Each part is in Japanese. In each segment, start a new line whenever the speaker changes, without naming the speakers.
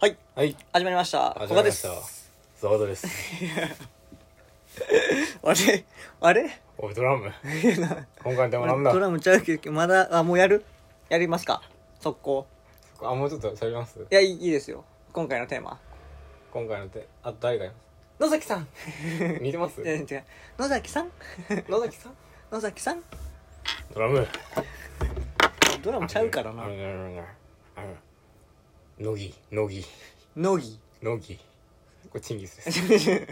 はい
始まりました
始
ここ
ま
で
りまし
す
たザワドです
あれあれ
おい ドラム今回でもなんだ
ドラムちゃうけどまだあもうやるやりますか速攻
あもうちょっと喋ります
いやいいいいですよ今回のテーマ
今回のてあ誰がいま
野崎さん
す似てます
いや違う野崎さん
野崎さん
野崎さん
ドラム
ドラムちゃうからな
乃木乃木
乃木
乃木これチンギスです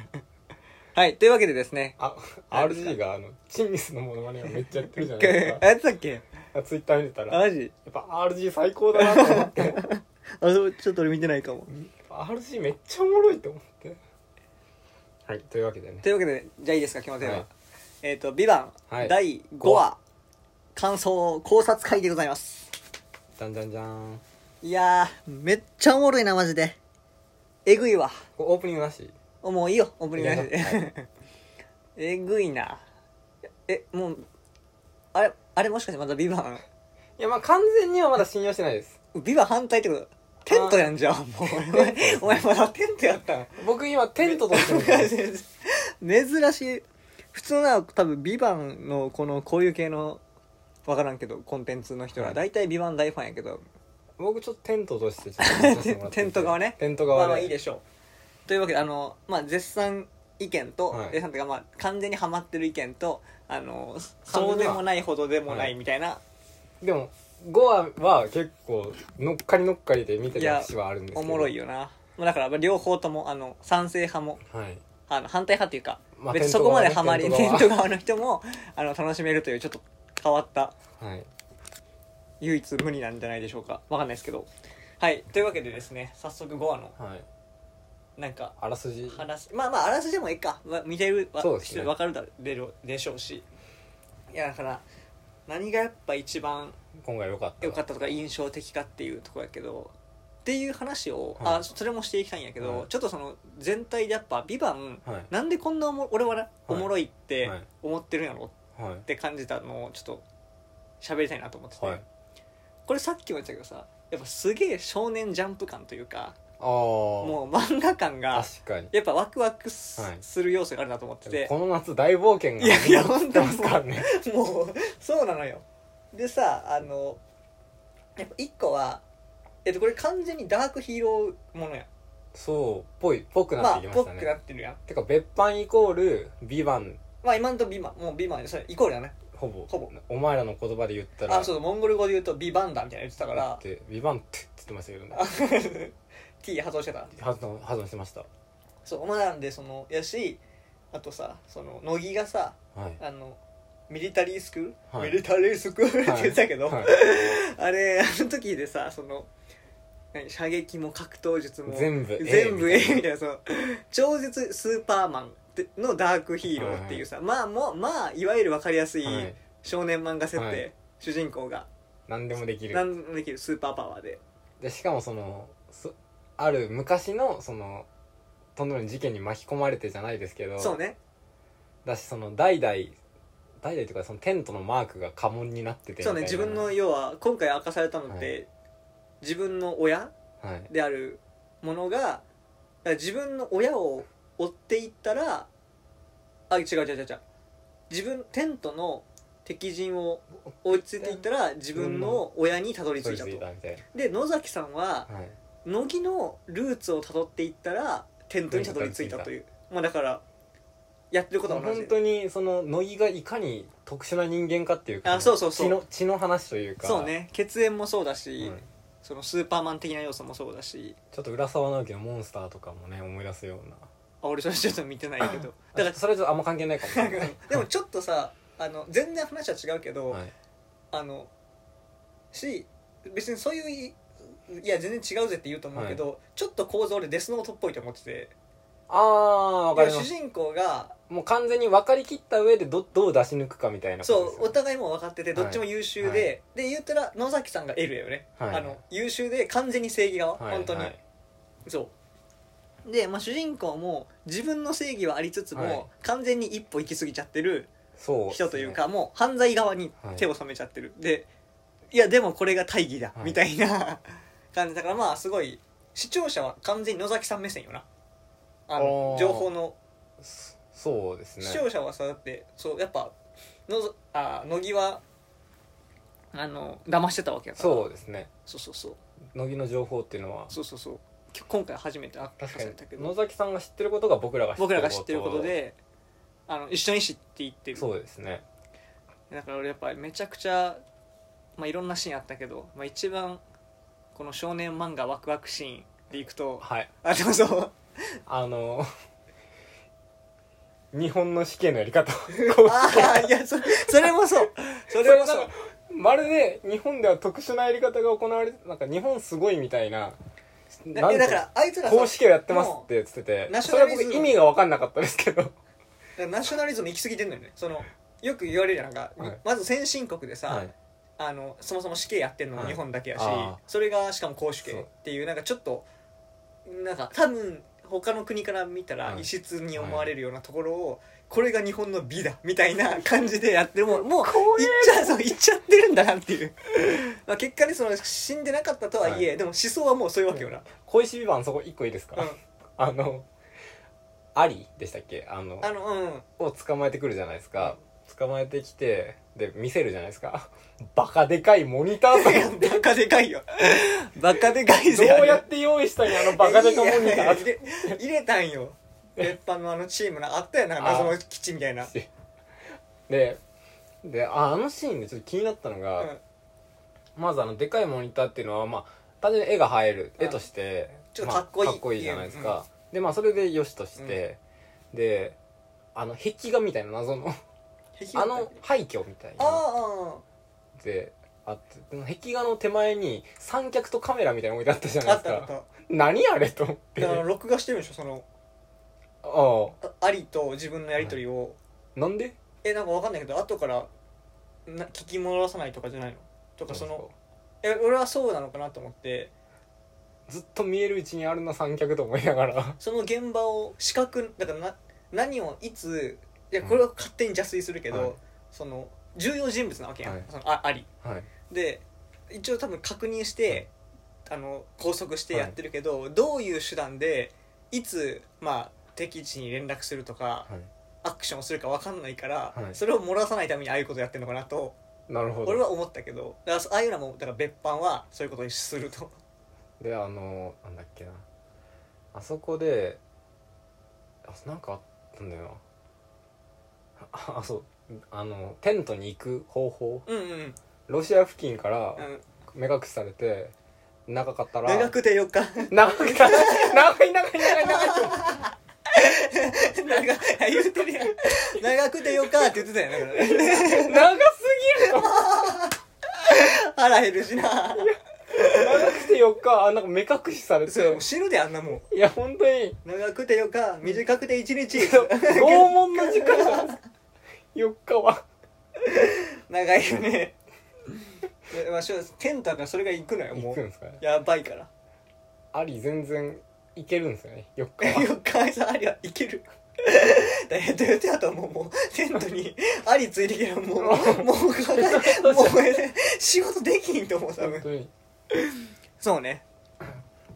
はいというわけでですね
あ RG があのチンギスのモノマネをめっちゃやってるじゃ
あ
ないです
やってたっけ
かツイッター見てたら
あ
やっ
マジ
ぱ RG 最高だなと思って
あそうちょっと俺見てないかも
RG めっちゃおもろいと思ってはいというわけでね
というわけでじゃあいいですか決まっては、
はい
えっ、と「ビバン、
はい
第5話感想考察会でございます
じゃんじゃんじゃん
いやーめっちゃおもろいなマジでえぐいわ
これオープニングなし
おもういいよオープニングなし
いやは
で えぐいなえもうあれあれもしかしてまた「ビバン
いやまあ完全にはまだ信用してないです
ビバン反対ってことテントやんじゃんもうお 前お前まだテントやったん
僕今テントとして見てます
珍しい普通なら多分「ビバンのこのこういう系の分からんけどコンテンツの人
は
はい大体「ビバン大ファンやけど
僕ちょっとテントとしてちょっと見させてもらっていい
テント側ね
テント側
まあまあいいでしょうというわけであの、まあ、絶賛意見と、
はい
絶賛というか、まあ、完全にはまってる意見とあの
完
そ
全に
うでもないほどでもな
はい
いみたいな、
でも5話は結構のっかりのっかりで見てる節はあるんですけど
おもろいよなまあだからまあ両方ともあの賛成派も
はい
あの反対派っていうか、
まあ
別にそこまでハマりテ
テ
ン
ン
ト
ト
側の人もあの楽しめるというちょっと変わった
はい
唯一無二なんじゃないでしょうかわかんないですけどはいというわけでですね早速5話の
はい
なんか
あらすじ
話まあまああらすじもいいかわ見てるわ
そうですね
分かるだでろでしょうしいやだから何がやっぱ一番
今回良かった
良かったとか印象的かっていうところやけどっていう話を、
はい
あそれもしていきたいんやけど、
はい
ちょっとその全体でやっぱ「ビバン
たは
なんでこんなおも俺はなおもろいっ
い
て
はい
思ってるんやろ
はい
って感じたのをちょっと喋りたいなと思ってて、
はい
これさっきも言ったけどさやっぱすげえ少年ジャンプ感というか
ああ
もう漫画感が
確かに
やっぱワクワクす,、
はい
る要素があるなと思ってて
この夏大冒険が
いやいや
待ってますからね
もうそうなのよでさあのやっぱ1個は、えっと、これ完全にダークヒーローものや
そうぽいぽくな
ま
っ
あ
てきま
ぽ
した
く
ね
なってるやん
てか別班イコールビバン
まあ今のとこビマンもうビマンそれイコールだね
ほぼ
ほぼ
お前らの言葉で言ったら
あそうモンゴル語で言うとビバンダみたいなの言ってたか
だ
ら
ってビバンってって言ってましたけどね
あ T 発動してた
発音発音してました
そうまあなんでそのやしあとさその乃木がさ
はい
あのミリタリースクール、
はい
ミリタリースクールって 言ってたけど、
はい
あれあの時でさその何射撃も格闘術も
全部 A
全部 A みたいなその超絶スーパーマンってのダークヒーローっていうさ、まあもうまあいわゆる分かりやすい
はい
少年漫画設定、
はい
主人公が
何でもできる
何でもできるスーパーパワーで
でしかもそのそある昔のそのとんでもない事件に巻き込まれてじゃないですけど
そうね
だしその代々代々というかそのテントのマークが家紋になっててみた
そ
いうな
ね自分の要は今回明かされたのって、
は
自分の親
はい
であるものがだから自分の親を追っていったらあ違う違う違う違う自分テントの敵陣を追いついていったら自分の親にたどり着
そう
いた
つい
と
たみたい
で野崎さんは
なはい
乃木のルーツをたどっていったらテントにたどり着いたというまあだからやってることは同
本
じ
当にその乃木がいかに特殊な人間かっていうか
あそうそうそう
血の血の話というか
そうね血縁もそうだ
うん
し、そのスーパーマン的な要素もそうだし
ちょっと浦沢直樹のモンスターとかもね思い出すような
あ俺それちょっと見てないけ どだ
だ
か
かららそれはちょっとあんま関係ないかもしれない
でもちょっとさあの全然話 は違うけど、
はい
あのし別にそういういいや全然違うぜって言うと思うけど、ちょっと構造俺デスノートっぽいと思ってて
ああわかり
要
ま
は主
す
人公が
もう完全に分かりきった上でどどう出し抜くかみたいな
そうお
う
互いもう分かっててどっちも優秀で、
はいは
で言ったら野崎さんが L だよね、
はい
あの優秀で完全に正義側、本当に、
はい
そうで、まあ、主人公も自分の正義はありつつも、
はい
完全に一歩行き過ぎちゃってる
そう
人というかもう犯罪側に手を染めちゃってる、でいやでもこれが大義だ、
はい
みたいな感じだからまあすごい視聴者は完全に野崎さん目線よなあ
あ
の
ー
情報の
そそうですね
視聴者はさだってそうやっぱのぞあー乃木はあの騙してたわけやから
そうですね
そうそうそう
乃木の情報っていうのは
そうそうそうきょ今回初めて明か
確
さ
か
れ
に
たけ
野
ど
崎さんが知ってることが僕らが知ってる
僕
こと
らが知ってることであの一緒に知っていってる
そうですね
だから俺やっぱりめちゃくちゃ、まあ、いろんなシーンあったけど、まあ、一番この少年漫画ワクワクシーンでいくと
はい
あでもそう
あの 日本の死刑のやり方をこう
ああいやそそれもそうそれも
そ
そ
れなん
う
かまるで日本では特殊なやり方が行われてなんか日本すごいみたいな
だ
なん
だからあいつらさ
公式をやってますって言ってて
ナシ
そ
ョ
れ
ナ
は
リズム
僕意味が分かんなかったですけど
だからナショナリズム行き過ぎてんのよねそのよく言われるやんか、
はい
まず先進国でさ、
はい
あのそもそも死刑やってんの
は
が
い
日本だけやし、
あー
それがしかも公主
そう
刑っていうなんかちょっとなんか多分他の国から見た
う
ら
ん
異質に思われるようなところを、これが日本の美だみたいな感じでやってもうもう
怖
いっちゃそういっちゃってるんだなっていうまあ結果にその死んでなかったとはいえ、
は
でも思想はもうそういうわけよな、
小石ビバンそこ一個いいですか、
うん
あのアリでしたっけあの
あのうんうん
を捕まえてくるじゃないですか、捕まえてきてで見せるじゃないですかバカでかいモニターとか
バカでかいよバカでかい
ど
ぜあれ
うやって用意したんやあのバカでかモニ
い
タ
やいや
ー
入れ入れたんよ別班のあのチームなあったやんなんか謎の基地みたいな
ででああのシーンでちょっと気になったのが、
うん
まずあのでかいモニターっていうのはまあ単純に絵が映える
うん
絵として
ちょっと
まあ
かっこいい
かっこいいじゃないですか、でまあそれでよしとして、であの壁画みたいな謎のあの廃墟みたい
あ
な
あ
であってでも壁画の手前に三脚とカメラみたいなの置いてあったじゃない
あ
で
っ
す
たあっ
か
た
何あれと思って
だから
あ
録画してるんでしょその
あ
あアリと自分のやり取りを
なんで
えなんかわかんないけど後からな聞き戻さないとかじゃないのとかそのえ俺はそうなのかなと思って
ずっと見えるうちにあるな三脚と思いながら
その現場を視覚だからな何をいついやこれは勝手に邪推するけど、
はい
その重要人物なわけやん、
はい
そのあアリ
はい
で一応多分確認して、あの拘束してやってるけど、どういう手段でいつ、まあ、敵地に連絡するとか
はい
アクションをするか分かんないから、
はい
それを漏らさないためにああいうことやってるのかなと
なるほど
俺は思ったけどだからああいうのはもうだから別班はそういうことにする と
であのなんだっけなあそこであなんかあったんだよなああそうあのテントに行く方法
うんうん
ロシア付近から
うん
目隠しされて長かったら
長くて4日
長かった長い長い長い長い
長い言うてるやん長くて4日って言ってたよねだからね
長すぎるの
腹減るしな
長くて4日あなんか目隠しされ
そう
て
もう死ぬであんなも
いや本当に
ん長くて4日短くて1日
拷問の時間じゃないですか4日は
長いよねでまあ、しょテントだからそれが行くのよも
行くん
う
ですかね
やばいから
あり全然いけるんですよね4日 は
4日さんありは行けるだヘトヘトやともうもうテントにありついてきたらもうもうもう仕事できんと思う多
本当
分
に
そうね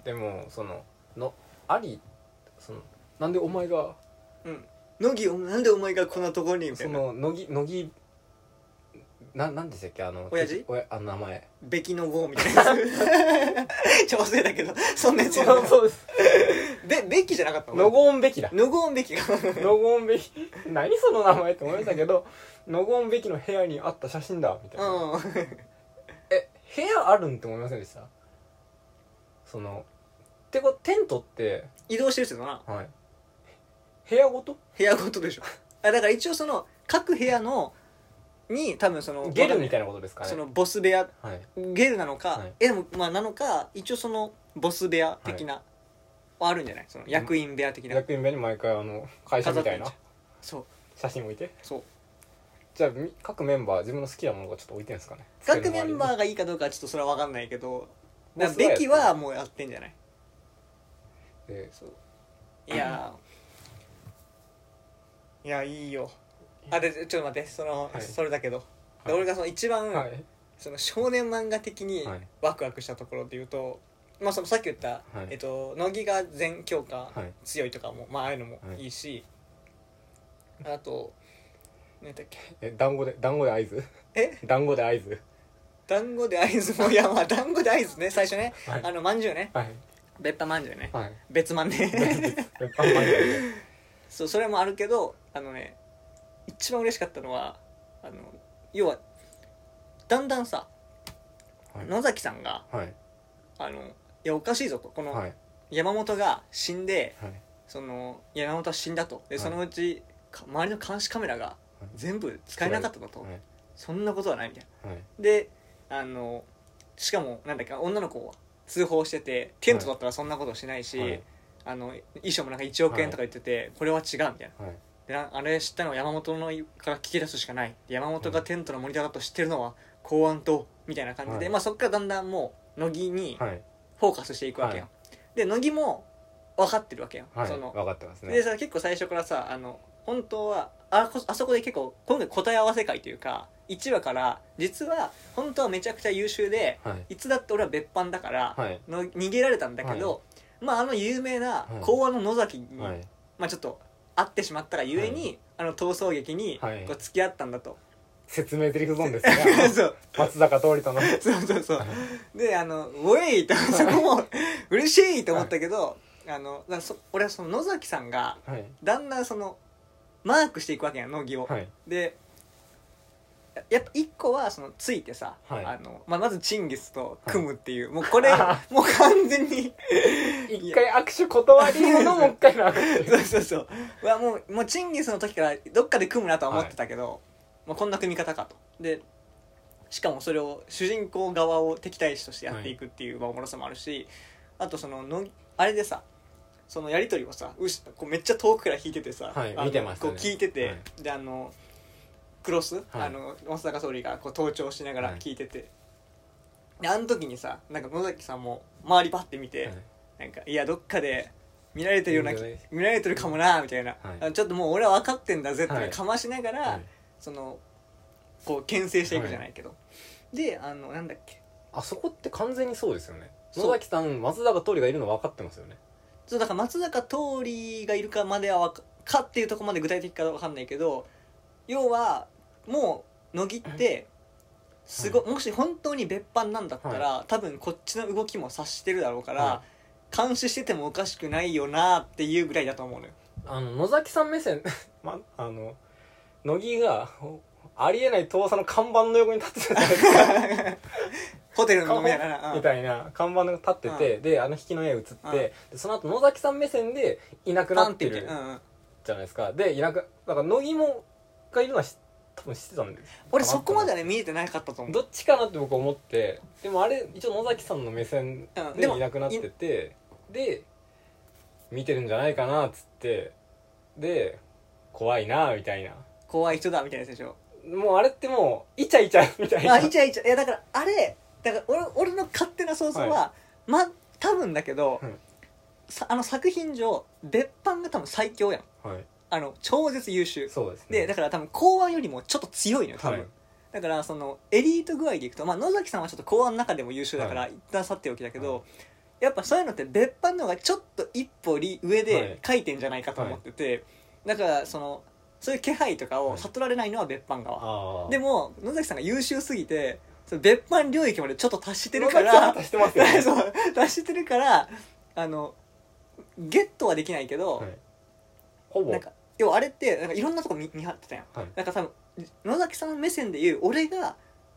でもそののありそのなんでお前が
うん乃木おなんでお前がこんなところにみた
そ
いな
の乃木乃木ななんでしたっけあの
親父
おやあの名前
べきの号みたいな調整だけど そんなやつや
そうそうです
でべきじゃなかった
ノゴーンべきだ
のごんべきが
ノゴーンべき何その名前って思いましたけど ノゴーンべきの部屋にあった写真だみたいな、
うん
え部屋あるんって思いませんでしたそのてこテントって
移動してるっすよな
はい部屋ごと
部屋ごとでしょあだから一応その各部屋のに多分その
ゲルみた
い
いなことですかね
そのボス部屋
はい
ゲルなのか、
はい
えでもまあなのか一応そのボス部屋的な、はあるんじゃないその役員部屋的な
役員部屋に毎回あの会社みたいな
飾ってんじそう
写真置いて
そう
じゃあみ各メンバー自分の好きなものがちょっと置いてるんですかね
各メンバ
ー
ーがいいかどうかはちょっとそれは分かんないけど
ボ
だ
ス
か
は
ら
やって
べき
る
はもうやってんじゃない
で
そういやーいやいいよあでちょっと待ってその、
はい
それだけど、で
はい
俺がその一番、
はい
その少年漫画的に
はい
ワクワクしたところで言うと、まあ、そのさっき言った、
はい
えっと、乃木が全強化
はい
強いとかも、まあ、ああいうのもいいし、あと何だっけ
え団子で団子で合図
え
団子で合図
団子で合図もいや まあ団子で合図ね最初ね、
はい
あのまんじゅうね
はい
別派まんじゅうね
はい
別まんね
パンパンで
そうそれもあるけどあのね一番嬉しかったのはあの要はだんだんさ、
はい
野崎さんが
はい
あのいやおかしいぞとこ
は
の
い
山本が死んで、
はい
その山本は死んだとで、
はい
そのうちか周りの監視カメラが
い
全部使えなかったのと、
はい
そんなことはないみたいな
はい
であのしかもなんだっけ女の子は通報しててテントだったらそんなことしないし、
はい
あの衣装もなんか1億円とか言ってて、これは違うみたいな
はい
でなあれ知ったのは山本のから聞き出すしかない山本がテントのモニターだと知ってるのは公安とみたいな感じで、
はい
まあ、そっからだんだんもう乃木に
はい
フォーカスしていくわけよ、
は
で乃木も分かってるわけよ、
はい
その
分かってます
で
ね
さ結構最初からさあの本当はあこあそこで結構今回答え合わせ会というか1話から実は本当はめちゃくちゃ優秀で
はい
いつだって俺は別班だから、
はい
の逃げられたんだけど、まああの有名な講話の野崎に、
はい
まあ、ちょっと会ってしまったがゆえに、あ
は
の逃走劇に
はい
こう付き合ったんだと、
説明台詞ゾーンです ね
そう
松坂桃李とのはい
そうそうそうであの「ウェイ!」と そこも嬉しいと思ったけど、あのだからそ俺はその野崎さんが
はい
だんだんそのマークしていくわけやん乃木を、
はい
でややっぱ一個はそのついてさ、
はい
あのまあ、まずチンギスと組むっていう、もうこ れもう完全に
一回握手断りのもう一回 の握手
そうそうそうはもうもうチンギスの時からどっかで組むなとは思ってたけど、まあ、こんな組み方かとでしかもそれを主人公側を敵対視としてやっていくっていうまあおもろさもあるし、あとそののあれでさそのやり取りをさうしこうめっちゃ遠くから弾いててさ、
はい
あの
見てましたね
こう聞いてて、
はい
であのクロス、
はい
あの松坂総理がこう登頂しながら聞いてて、であの時にさなんか野崎さんも周りパッて見て、
はい
なんかいやどっかで見られてるような気
いいんじゃない
見られてるかもなみたいな、
はい
あちょっともう俺は分かってんだぜっていうの
はい
かましながら、
はい
そのこう牽制していくじゃないけど、であのなんだっけ
あそこって完全にそうですよね
そう
野崎さん松坂桃李がいるの分かってますよね
そうだから松坂桃李がいるかまではわかかっていうところまで具体的かわかんないけど要はもう乃木ってすご、もし本当に別班なんだったら、多分こっちの動きも察してるだろうから、
は
監視しててもおかしくないよなっていうぐらいだと思うのよ。
あの野崎さん目線、 ま、あの乃木がおありえない遠さの看板の横に立ってたじゃないですか
ホテルの飲み屋なら、う
み
ん、
たいな看板が立ってて、であの引きの絵映って、
うん
でその後野崎さん目線でいなくな
パン
っ
って
て
言って
る
る、うんうん、
じゃないですかでいなくだから乃木もがいるのはし多分知ってたんです
俺そこまではね見えてなかったと思う
どっちかなって僕思ってでもあれ一応野崎さんの目線
うん
で
でも
いなくなっててで見てるんじゃないかなっつってで怖いなみたいな
怖い人だみたいなやつでしょ
もうあれってもうイチャイチャみたいな
まあイチャイチャいやだからあれだから俺俺の勝手な想像は、
は
まあ多分だけど、
うん
さあの作品上別班が多分最強やん
はい
あの超絶優秀
そうですね
でだから多分公安よりもちょっと強いのよ多分、
はい
だからそのエリート具合でいくと、まあ、野崎さんはちょっと公安の中でも優秀だから、
は
一旦去っておきだけど、
はい
やっぱそういうのって別班の方がちょっと一歩り上
はい
で書いてんじゃないかと思ってて、だからそのそういう気配とかを悟られないのは別班側、
ああ
でも野崎さんが優秀すぎてその別班領域までちょっと達してるか
野崎さん
ら
は足してますよ ね
そう達してるからあのゲットはできないけど、
はいほぼ
なんか要はあれってなんかいろんなとこ見見張ってたやん
はい
なんか多分野崎さんの目線で言う俺が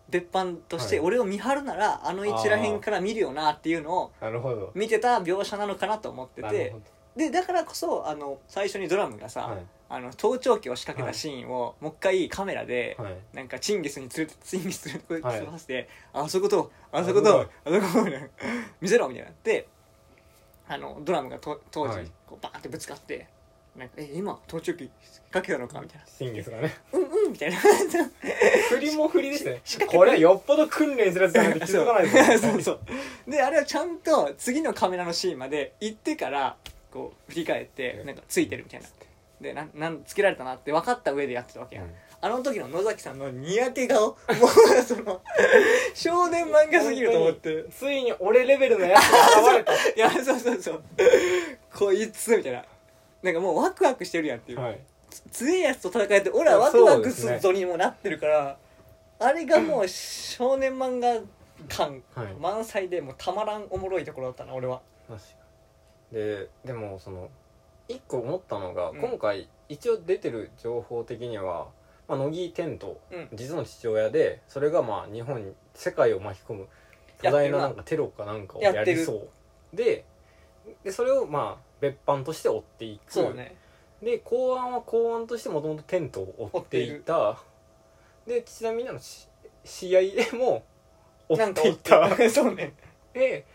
別班として
はい
俺を見張るなら、あの位置らへんから見るよなっていうのを
なるほど
見てた描写なのかなと思って
なる
てでだからこそあの最初にドラムがさ、
ほどはい
あの盗聴器を仕掛けたシーンを、もう一回カメラで、
はい
なんかチンギスに連れて チンギスに連れ
はい
てまして、あそことあそことあそことみたいな見せろみたいになってあのドラムがと当時
はい
こうバーンってぶつかって「なんかえ今盗聴器かけたのか?」みたいな
新月がね
「うんうん」みたいな
振りも振りですね
仕掛けて
これはよっぽど訓練するやつじゃないと気づかないですね
そうそう であれはちゃんと次のカメラのシーンまで行ってからこう振り返ってなんかついてるみたいなでなんなんつけられたなって分かった上でやってたわけや、ん
うん
あの時の野崎さんのにやけ 顔もうその少年漫画すぎると思って
ついに俺レベルのやつが現れた
いやそうそうそうこいつみたいななんかもうワクワクしてるやんっていう、
はい、
つ強いやつと戦えて俺はワクワクするぞにもなってるから、あれがもう少年漫画感
はい、
満載でもうたまらんおもろいところだったな俺は
確かにででもその一個思ったのが、
うん
今回一応出てる情報的には、まあ、乃木天斗、
うん
実の父親でそれがまあ日本に世界を巻き込む巨大ななんかテロかなんかを
やって
や
る
りそうででそれをまあ別班として追っていく
そうね
で公安は公安としてもともとテントを追っていたでちなみにあのし CIA も追
な
っ
んか
ていた
追っていた そう ね
で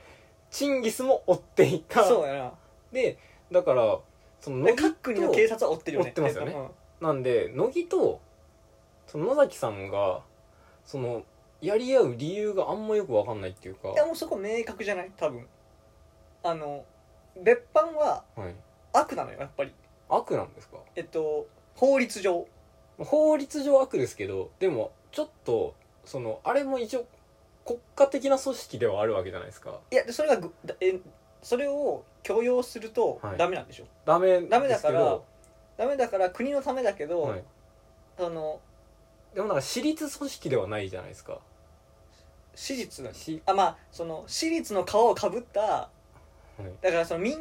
チンギスも追っていた
そうや
でだからその
なで
乃木
各国の警察は追ってるよね
追ってますよね
うん
なんで乃木とその野崎さんがそのやり合う理由があんまよく分かんないっていうか
いやもうそこ明確じゃない多分あの別班は
はい、
悪なのよやっぱり
悪なんですか
えっと法律上
法律上悪ですけどでもちょっとそのあれも一応国家的な組織ではあるわけじゃないですか
いやでそれがぐだえそれを許容すると
はい
ダメなんでしょ、
ダメですけど
ダメだからダメだから国のためだけど、
はい、
その
でもなんか私立組織ではないじゃないですか
史実なんです
し、
あまあその私立の皮をかぶった
はい
だからその民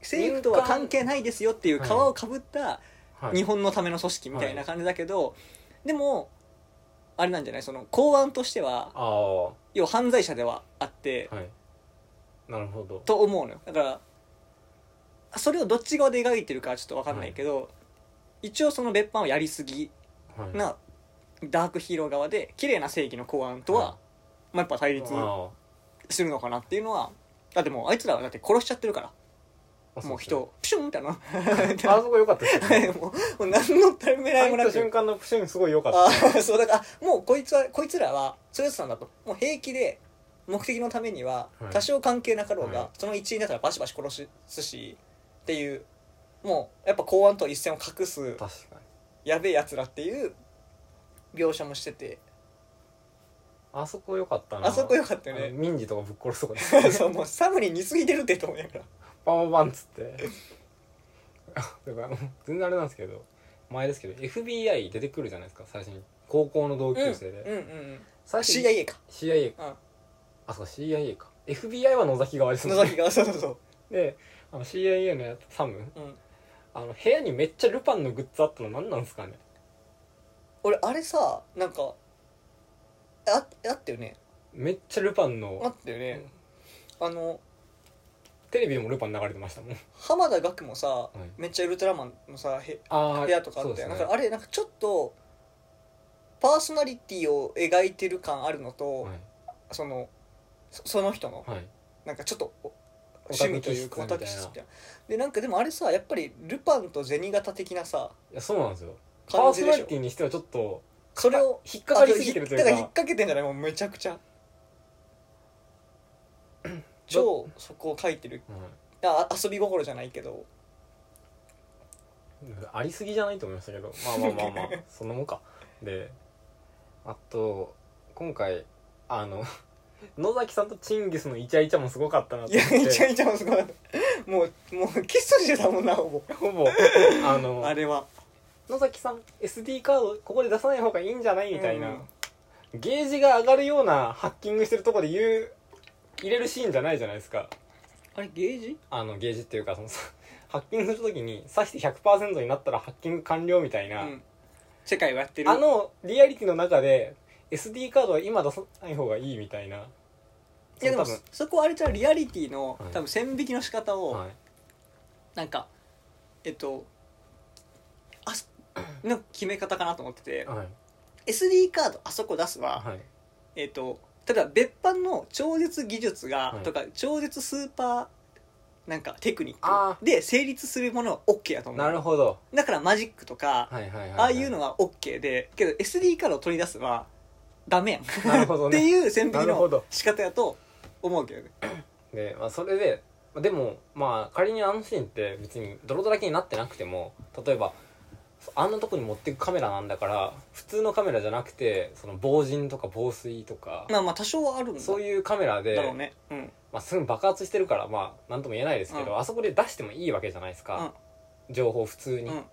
政府とは関係ないですよっていう皮をかぶった
はい、
日本のための組織みたいな感じだけど、でもあれなんじゃないその公安としては
ああは
要は犯罪者ではあって
いなるほど
と思うのよだからそれをどっち側で描いてるかはちょっと分かんないけど、一応その別班をやりすぎ
はい
なダークヒーロー側で綺麗な正義の公安とは、
はい
まあ、やっぱ対立
あ
するのかなっていうのはだってもうあいつらはだって殺しちゃってるから
あそ
もう
ですね
人をプシュンみた いな
あそこ良かったです よね
もうもう何のためらい
入
もな
った瞬
く
間のプシュンすごい良かった
あーそうだからあもうこいつはこいつらはそういうやつなんだともう平気で目的のためには
はい
多少関係なかろうが、
はい
その一員だったらバシバシ殺しすしっていうもうやっぱ公安と一線を画す
確かに
やべえやつらっていう描写もしてて
あそこ良かったな
あそこ良かったよ
あの
ね
民事とかぶっ殺すと か
そうもうサムに似すぎてるってと思うやから
パンパンパンっつって あだから全然あれなんですけど前ですけど FBI 出てくるじゃないですか最初に高校の同級生で、
うんうんうん
最初に
CIA か
CIA
うん
あそうか CIA か FBI は野崎側ですね
野崎がそうそうそう
であの CIA のやつサム
うん
あの部屋にめっちゃルパンのグッズあったの何なんですかね
俺あれさなんかああったよね
めっちゃルパン
あ
の
ったよね、あの
テレビでもルパン流れてましたもん
浜田岳もさ、
い
めっちゃウルトラマンのさへ
あ
部屋とかあったよ、
ね
なんかあれなんかちょっとパーソナリティを描いてる感あるのと、
はい
そのそその人の
はい
なんかちょっとお
オ
趣
タク気質
味というか
みた
オ
いな
タク気質みたいなでなんかでもあれさやっぱりルパンと銭形的なさ
いやそうなんですよパ
感
ー
じ
ソ
で
ナ
し
リ
ょ
ティにしてはちょっと
それを
引っかかりすぎてるというか
あだから引っ掛けてんじゃないもうめちゃくちゃ超そこを書いてるあ遊び心じゃないけど
うんありすぎじゃないと思いましたけどまあまあまあまあ そんなもんかであと今回あの野崎さんとチンギスのイチャイチャもすごかったなと
いや
思って
いちゃいちゃもすごいもうもうキスしてたもんなほぼ
ほぼあの
あれは
野崎さん SD カードここで出さない方がいいんじゃないみたいな、
うん
ゲージが上がるようなハッキングしてるとこで言う入れるシーンじゃないじゃないですか
あれゲージ
あのゲージっていうかその さハッキングするときに刺して100%になったらハッキング完了みたいうな、
ん世界をやってる
あのリアリティの中で SD カードは今出さない方がいいみたいない
やでも
その
そこはあれじゃリアリティの
はい
多分線引きの仕方
多
を、
分はい
なんかえっとあすの決め方かなと思ってて
はい
SD カードあそこ出すは、
はい
えっと例えば別班の超絶技術が、
はい
とか超絶スーパーなんかテクニッ
あ
クで成立するものは OK だと思う
なるほど
だからマジックとか、
はいはいはい、
ああいうのは OK でけど SD カードを取り出すはダメやん、
なるほど
っ
ね
ていう線引き
なるほ
の
ど
仕方やと思うけどね
で、まあ、それでまあでもまあ仮にあのシーンって別に泥だらけになってなくても例えばあんなとこに持っていくカメラなんだから普通のカメラじゃなくてその防塵とか防水とか
まあまあ多少はあるんだ
そういうカメラで、
だろうねうん
まあ、すぐ爆発してるからまあ何とも言えないですけど、
うん
あそこで出してもいいわけじゃないですか、情報普通
う
に
んうん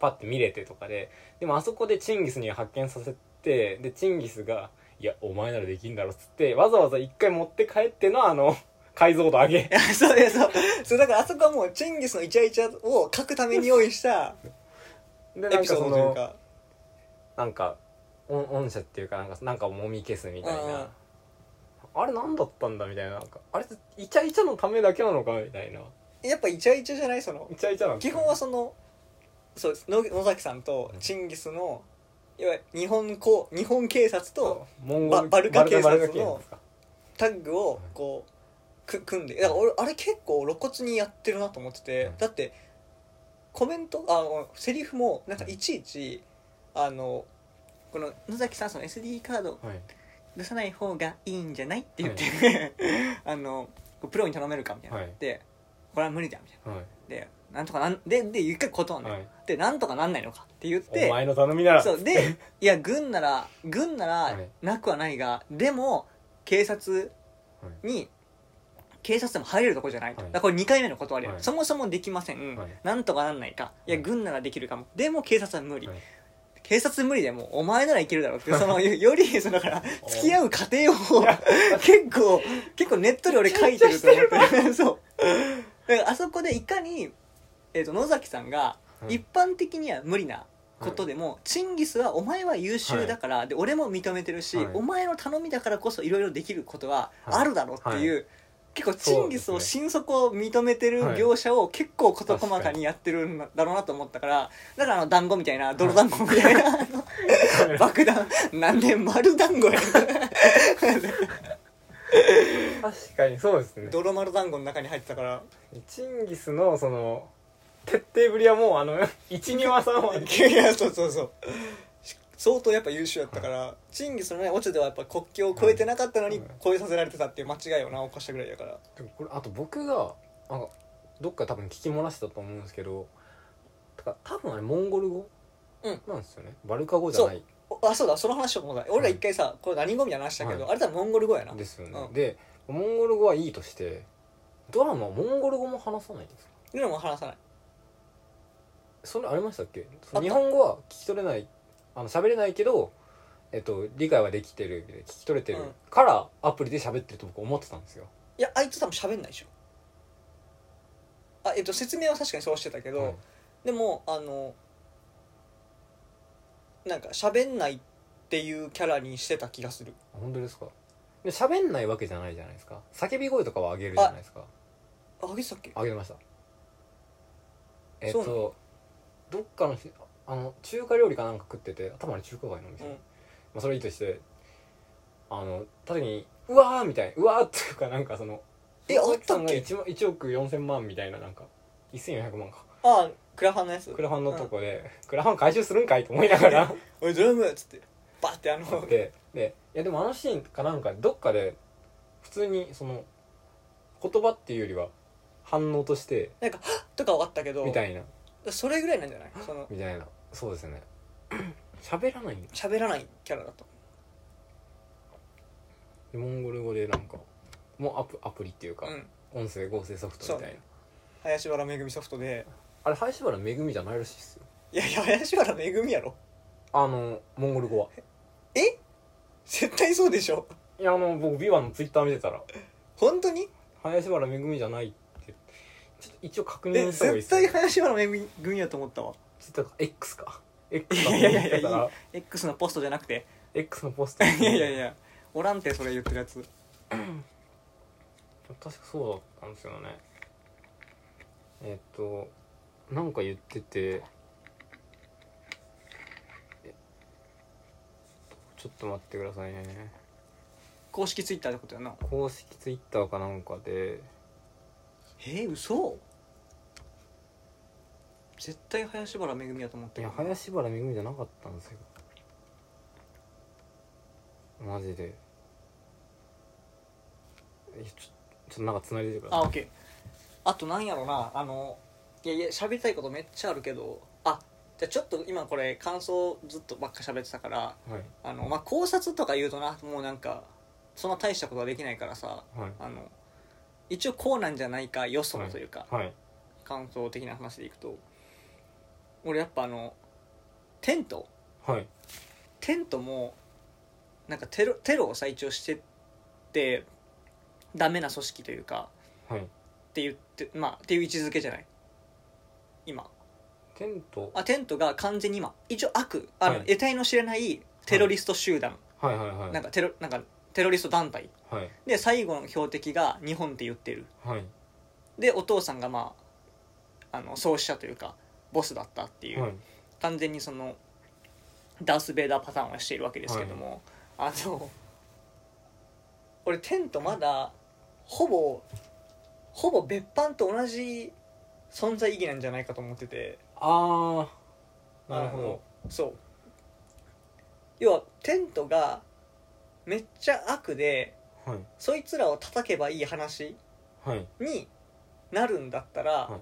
パッて見れてとかででもあそこでチンギスに発見させてでチンギスが「いやお前ならできんだろ」っつってわざわざ一回持って帰ってのあの解像度上げ
いやそういやそうそうだからあそこはもうチンギスのイチャイチャを書くために用意した
で
エ
なん
ピ
か
ソ
そ
ードという
の
か
なんかお御社っていうかなんかなんかもみ消すみたい
うんう
なんあれ何だったんだみたいななんかあれイチャイチャのためだけなのかみたいな
やっぱイチャイチャじゃないその
イチャイチャなんです
基
か
本はそのそうです野野崎さんとチンギスのいわゆる日本こう日本警察と
モンゴル
ババルカ警察の
バルカ警ですか
タッグをこうく組んでだから俺あれ結構露骨にやってるなと思ってて、
うん
だってコメントあセリフもなんかいちいち、あのこの野崎さんその SD カード
はい
出さない方がいいんじゃないって言って、 あのプロに頼めるかみたいな、
はい
でこれは無理だみたい
は
な
い
でなんとかなんでで一回断るのよ、
はい
でなんとかなんないのかって言っ
お
て
前の頼みなら
そうでいや軍なら軍な
は
ら
い
なくはないがでも警察に警察でも入れるとこじゃないと、
はい
だからこれ2回目の断りよ、
はい
そもそもできません、
はい
なんとかなんないかいや
はい
軍ならできるかもでも警察は無理、
はい
警察無理でもお前ならいけるだろうってそのよよりそのだから付き合う過程を結構結構ネットで俺書いてると思って そうだからあそこでいかに、えー、と野崎さんが
はい
一般的には無理なことでも、チンギスはお前は優秀だから、で俺も認めてるし、
はい
お前の頼みだからこそいろいろできることは
はい
あるだろうっていう、結構チンギス
そう
を
です
心底を認めてる業者を結構事細かにやってるんだろうなと思ったから、だからあの団子みたいな泥団子みたいな、あの爆弾なんで丸団子や
確かにそうですね
泥丸団子の中に入ってたから
チンギスのその徹底ぶりはもうあの 一二話三話
いやそうそうそうし相当やっぱ優秀やったからチンギスのねオチではやっぱ国境を越えてなかったのに
はい
越えさせられてたっていう間違いをな起こしたぐらいだから
でもこれあと僕がなんかどっか多分聞き漏らしたと思うんですけどだから多分あれモンゴル語
うん
なんですよね、バルカ語じゃない
おあそうだその話をもうだ俺ら一回さこれ何語みたいな話したけど、
は
あれ多分モンゴル語やな
ですよね、
うん
でモンゴル語はいいとしてドラマはモンゴル語も話さないんですか
でも話さない
それありましたっけ
た
日本語は聞き取れないあの喋れないけどえっと理解はできてる聞き取れてる
うん
からアプリで喋ってると僕思ってたんですよ、
いやあいつ多分喋んないでしょあえっと説明は確かにそうしてたけど、
はい
でもあのなんか喋んないっていうキャラにしてた気がする
本当ですかで喋んないわけじゃないじゃないですか叫び声とかは上げるじゃないですか
ああげてたっけ
上げましたえっ
そうな
とどっかのひあの中華料理かなんか食ってて頭に中華街のお店、
うん
まあ、それいいとしてあの縦に「うわー!」みたいな「うわー!」っていうかなんかその
えあったっけ
1, 億4000万みたいななんか1400万か
あクラファンのやつ
クラファンのとこで、クラファン回収するんかいと思いながら
「おいドラム!」っつってバッてあの
ででいやでもあのシーンかなんかどっかで普通にその言葉っていうよりは反応として
なんか「とかはあったけど
みたいな
それぐらいなんじゃないその
みたいなそうですね 喋らないんだ
喋らないキャラだと
モンゴル語でなんかもうアプアプリっていうか、
うん
音声合成ソフトみたいな
林原めぐみソフトで
あれ林原めぐみじゃないらしいっすよ
いやいや林原めぐみやろ
あのモンゴル語は
え絶対そうでしょ
いやあの僕ビワのツイッター見てたら
本当に
林原めぐみじゃないってちょっと一応確
え
認した方がいいっ
絶
すよ
対林原めぐみやと思ったわ
ツイッターか X か X か
いやいやいや
見てた
い
ら
X のポストじゃなくて
X のポスト
いやいやいやおらんてそれ言ってるやつ
確かそうだったんですよねえっとなんか言っててえちょっと待ってくださいね
公式ツイッターってことやな
公式ツイッターかなんかで
えー、嘘絶対林原めぐみやと思った
い
け
や
ど
林原めぐみじゃなかったんですよマジでいやちょちょっとなんか繋いでてくだ
あ、
さ
オ
い
ッケー。あとなんやろな、あの、いやいや、喋りたいことめっちゃあるけど、あ、じゃあちょっと今これ感想ずっとばっか喋ってたから
はい
あの、まあ、考察とか言うとなもうなんかそんな大したことはできないからさ
はい
あの一応こうなんじゃないか予想というか、
はい
感想的な話でいくと俺やっぱあのテント
はい
テントもなんかテロテロを最長してってダメな組織というか
はい
って言ってまあっていう位置づけじゃない今
テント
あテントが完全に今一応悪あの、
はい
得体の知れないテロリスト集団、
はいはいはい
なんかテロなんかテロリスト団体
はい
で最後の標的が日本って言ってる
はい
でお父さんがまああの創始者というかボスだったっていう、
はい
完全にそのダース・ベイダーパターンをしているわけですけども、あの俺テントまだほぼほぼ別班と同じ存在意義なんじゃないかと思ってて
ああなるほど
あのそう要はテントがめっちゃ悪で
はい
そいつらを叩けばいい話
はい
になるんだったら、
は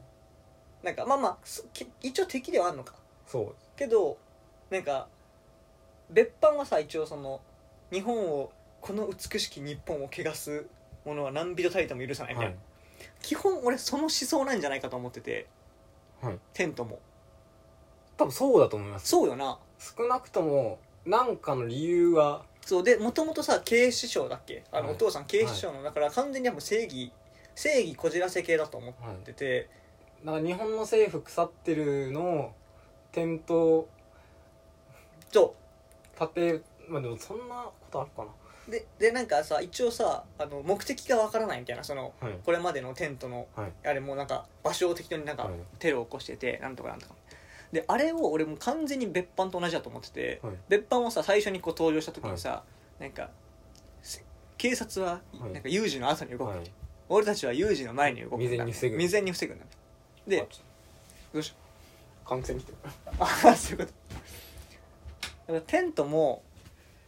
なんかまあまあそき一応敵ではあるのか
そう
けどなんか別班はさ一応その日本をこの美しき日本を汚すものは何人たりとも許さないみ
は
たいな、
い
基本俺その思想なんじゃないかと思ってて
はい
テントも
多分そうだと思います
そうよな
少なくとも何かの理由は
そうでもともとさ警視庁だっけあの、
はい
お父さん警視庁のだから完全にもう正義正義こじらせ系だと思
はい
ってて、
なんか日本の政府腐ってるのを店頭
そ
立てまあでもそんなことあるか
うででなんかさ一応さあの目的がわからないみたいなその
なはい
これまでのテントの
はい
あれもなんか場所を適当になんか
はい
テロを起こしててなんとかなんとかであれを俺もう完全に別班と同じだと思ってて
はい
別班もさ最初にこう登場した時にさ、なんかせ警察は
はい
なんか有事の後に動く、
はい
俺たちは有事の前に動くんだ
未然に防ぐ
未然に防ぐんだでどうしよ
う完全に来てる
うああそういうことだからテントも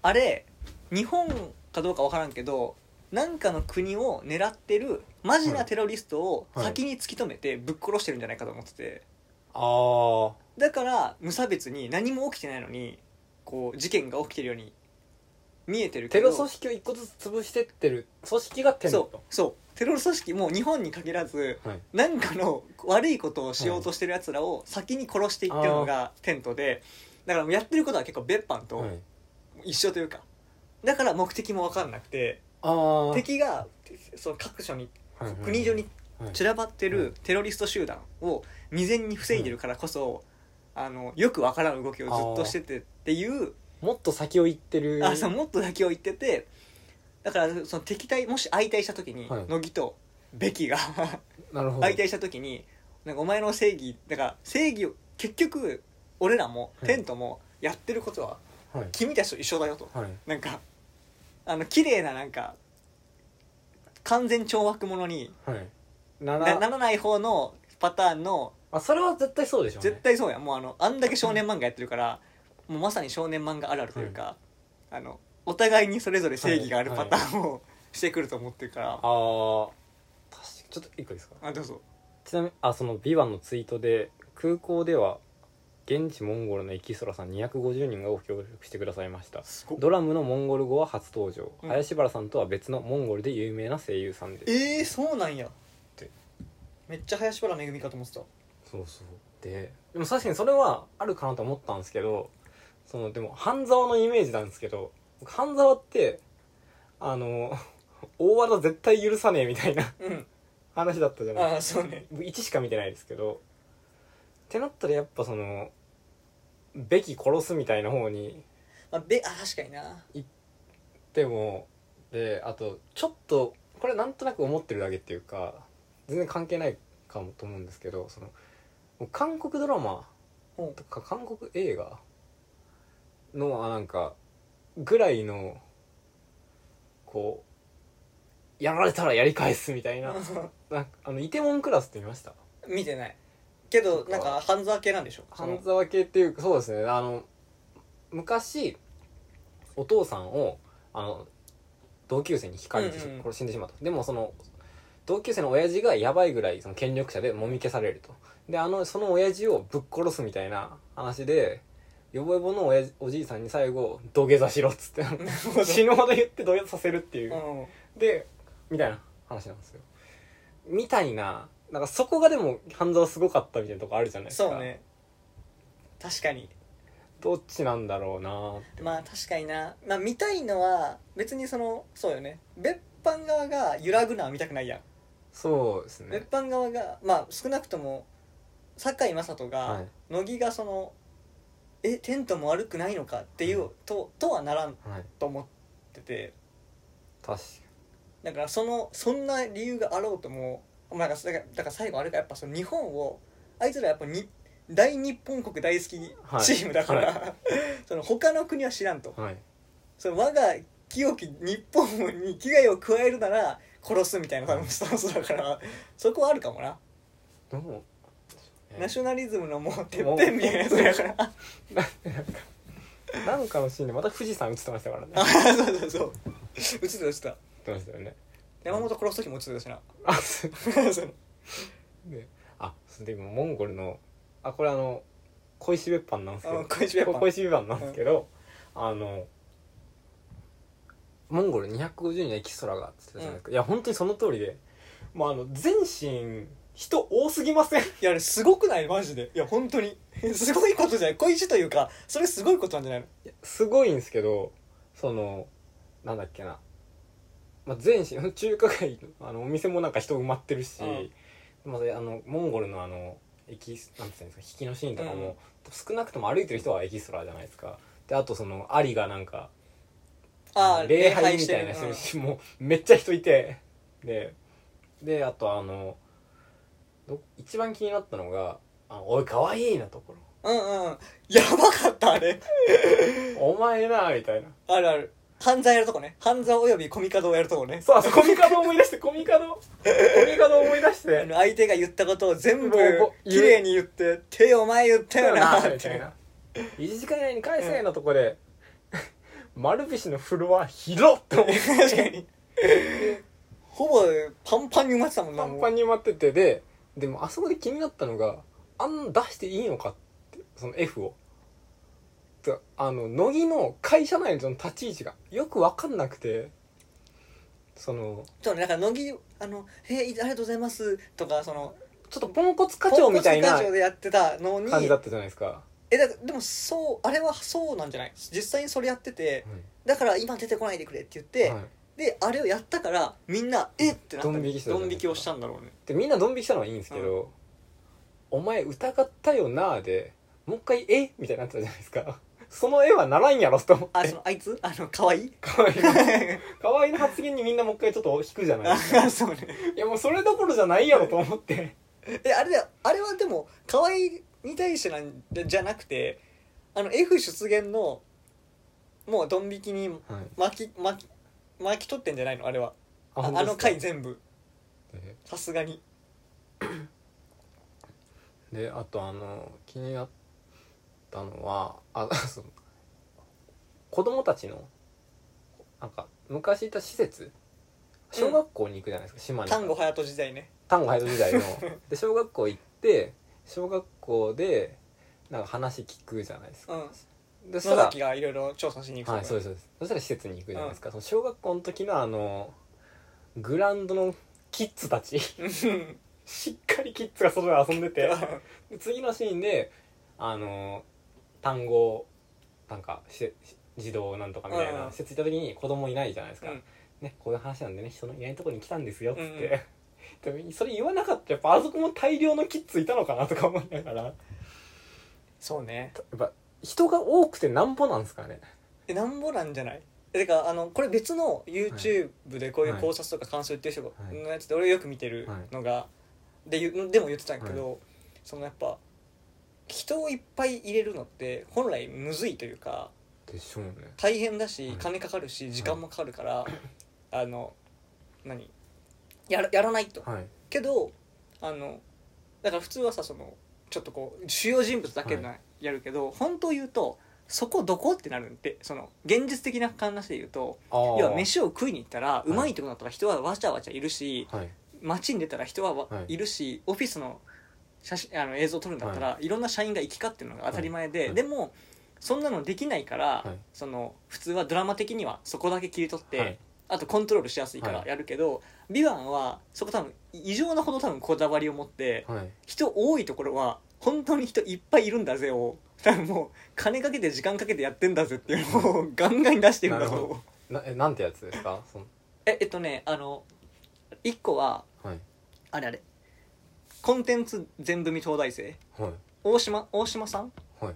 あれ日本かどうかわからんけどなんかの国を狙ってるマジなテロリストを先に突き止めてぶっ殺してるんじゃないかと思ってて、
ああは
だから無差別に何も起きてないのにこう事件が起きてるように見えてる
テ
けど
ロ組織を一個ずつ潰してってる組織がテロ
そうそうテロ組織もう日本に限らず
はい
何かの悪いことをしようとしてるやつらを先に殺していってるのがテントでだからもうやってることは結構別班と
はい
一緒というか、だから目的も分かんなくて
ああはい
敵がその各所に
はい
国中に
はい
散らばって
はい
るテロリスト集団を未然に防いでるからこそ、あのよく分からん動きをずっとしててっていう
もっと先を行ってる
あそうもっと先を言っててだからその敵対もし相対した時に、
はい
乃木とベキが
なるほど
相対した時になんかお前の正義だから正義を結局俺らも
はい
テントもやってることは
はい
君たちと一緒だよと
はい
なんかあの綺麗ななんか完全懲悪者に
はいな
な
な
ならない方のパターンの
あそれは絶対そうでしょうね
絶対そうやんもうあのあんだけ少年漫画やってるからもうまさに少年漫画あるあるというか、あのお互いにそれぞれ正義があるパターンをしてくると思ってるから、
ああ確かにちょっと一個いいですか
あどうぞ
ちなみにあその「ビバンのツイートで空港では現地モンゴルのエキストラさん250人がご協力してくださいました
すご
ドラムのモンゴル語は初登場、
うん
林原さんとは別のモンゴルで有名な声優さんです
えー、そうなんや
て
めっちゃ林原めぐみかと思ってた
そうそうででも確かにそれはあるかなと思ったんですけどそのでも半沢のイメージなんですけど僕半沢ってあの 大技絶対許さねえみたいな
うん
話だったじゃないですか
ああそうね
僕1しか見てないですけどってなったらやっぱそのべき殺すみたいな方に
あべあ確かにな
でもであとちょっとこれなんとなく思ってるだけっていうか全然関係ないかもと思うんですけどそのもう韓国ドラマ
うん
とか韓国映画のあなんかぐらいのこうやられたらやり返すみた いななんかあのイテモンクラスって見ました
見てないけど
そっか
なんか半沢系なんでしょ
半沢系っていうかそうですねあの昔お父さんをあの同級生にひかれて、
うんうん
これ死んでしまったでもその同級生の親父がやばいぐらいその権力者でもみ消されるとであのその親父をぶっ殺すみたいな話でヨボヨボの親父おじいさんに最後土下座しろ っつって
ほど
死ぬほど言って土下座させるっていう、
うん
でみたいな話なんですよみたいななんかそこがでも半沢すごかったみたいなとこあるじゃないですか
そうね確かに
どっちなんだろうなーって
まあ確かにな、まあ、見たいのは別にそのそうよね別班側が揺らぐのは見たくないやん、
そうですね
別班側がまあ少なくとも堺雅人が、
はい
乃木がそのえテントも悪くないのかっていう、
うん
ととはならん
はい
と思ってて
確か
だからそのそんな理由があろうともまあだからだから最後あれかやっぱその日本をあいつらやっぱに大日本国大好き
はい
チームだから、
は
その他の国は知らんと
にはい
その我が清き日本に危害を加えるなら殺すみたいな多分スタンスだからそこはあるかもな、
どうも
ナショナリズムのもうてっ
もう
ぺんみたいなやつだから
なんかのシーンでまた富士山映ってましたからね
あそうそうそう映ってた映ってた
映ってましたよね
山本殺す時も映ってたしな
あす
その
であそうで今モンゴルのあこれあの小石別班なんですけ
あ
ど
小石別班
こ小石別班なんですけど、あのモンゴル250人のエキストラがっつってたじゃないですか、いや本当にその通りでもうあの全身人多すぎません
いやあれすごくないマジでいや本当にすごいことじゃない小石というかそれすごいことなんじゃないの
すごいんですけどそのなんだっけな、まあ、全身 中華街のあのお店もなんか人埋まってるし、まあ、あのモンゴルのあのエキスなんていうんですか引きのシーンとかも、少なくとも歩いてる人はエキストラじゃないですかであとそのアリがなんか
ああ
礼拝みたいなするし、もうめっちゃ人いてでであとあのど一番気になったのが「あおいかわいい」なところ
うんうんうんやばかったあれ
「お前な」みたいな
あるある犯罪やるとこね犯罪およびコミカドをやるとこね
そうあとコミカド思い出してコミカドコミカド思い出し
あ
て
の相手が言ったことを全部
もうこう
綺麗に言って「手お前言っ
「
たよな」っ
みたい
て
な1時間以内に返せのとこで、丸菱のフロア広っと思って
確かにほぼパンパンに埋まってたもんな
パ
も
ン
う
パンに埋まっててででもあそこで気になったのがあんな出していいのかってその F をてかあの乃木の会社内のその立ち位置がよく分かんなくてその
そうねなんか乃木あの「へえありがとうございます」とかその
ちょっとポンコツ課長みたい
ポン
な
コツ課長でやってたのに
感じだったじゃないですか、
えだからでもそうあれはそうなんじゃない実際にそれやっててだから今出てこないでくれって言って、
はい
であれをやったからみんなえっってなった
ドン引きしたじ
ド
ゃないですか
ン引きをしたんだろうね
でみんなドン引きしたのはいいんですけど「お前疑ったよな」でもう一回「えみたいになってたじゃないですか その絵はならんやろと思っ
あ
て
そのあいつあの可愛い
かわいいかわいいの発言にみんなもう一回ちょっと引くじゃないです か
あそうね
いやもうそれどころじゃないやろと思って
えあれだよあれはでも河合に対してなんじゃじゃなくてあの F 出現のもうドン引きに
はい
巻き巻き巻き取ってんじゃないのあれはああの回
回
全部さすがに
であとあの気になったのはあ その子供たちのなんか昔いた施設小学校に行くじゃないですか、島に
丹後隼人時代ね
丹後隼人時代ので小学校行って小学校でなんか話聞くじゃないですか、
うん
でそ
野
したら
崎がいろいろ調査しに行く
はいそう
とか
ですそうですそしたら施設に行くじゃないですか、その小学校の時のあのグラウンドのキッズ たち
うん
しっかりキッズが外で遊ん でて
う
で次のシーンであの単語なんかしし児童なんとかみたいな
うん
施設行った時に子供いないじゃないですか、
うん
ねこういう話なんでね人のいないとこに来たんですよっつっ
うん
て、でもそれ言わなかったらやっぱあそこも大量のキッズいたのかなとか思いながらや
そうね
っぱ人が多くてなんぼなんですかね
えなんぼなんじゃないえてかあのこれ別の YouTube でこういう考察とか感想言ってる人が
はい
のやつで俺よく見てるのが、でゆでも言ってたんやけど、そのやっぱ人をいっぱい入れるのって本来むずいというか
でしょうね
大変だし
はい
金かかるし時間もかかるから、あの何やらやらないと
はい
けどあのだから普通はさそのちょっとこう主要人物だけな、
は
やるけど本当言うとそこどこってなるんでその現実的な話で言うと
ああ
要は飯を食いに行ったら
いう
まいとこだったら人はわちゃわちゃいるし
はい
街に出たら人はわ
はい
いるしオフィスの写真あの映像を撮るんだったら、い、ろんな社員が行き交ってるのが当たり前で、
はい
でもそんなのできないから、
はい
その普通はドラマ的にはそこだけ切り取って、
はい
あとコントロールしやすいから
はい
やるけど「ビバンはそこ多分異常なほど多分こだわりを持って
はい
人多いところは本当に人いっぱいいるんだぜを多分もう金かけて時間かけてやってんだぜっていうのをガンガンに出してるんだ
なる
と
ほなえなんてやつですかその
ええっとねあの1個は
はい
あれあれコンテンツ全組東大生
はい
大島大島さん
はい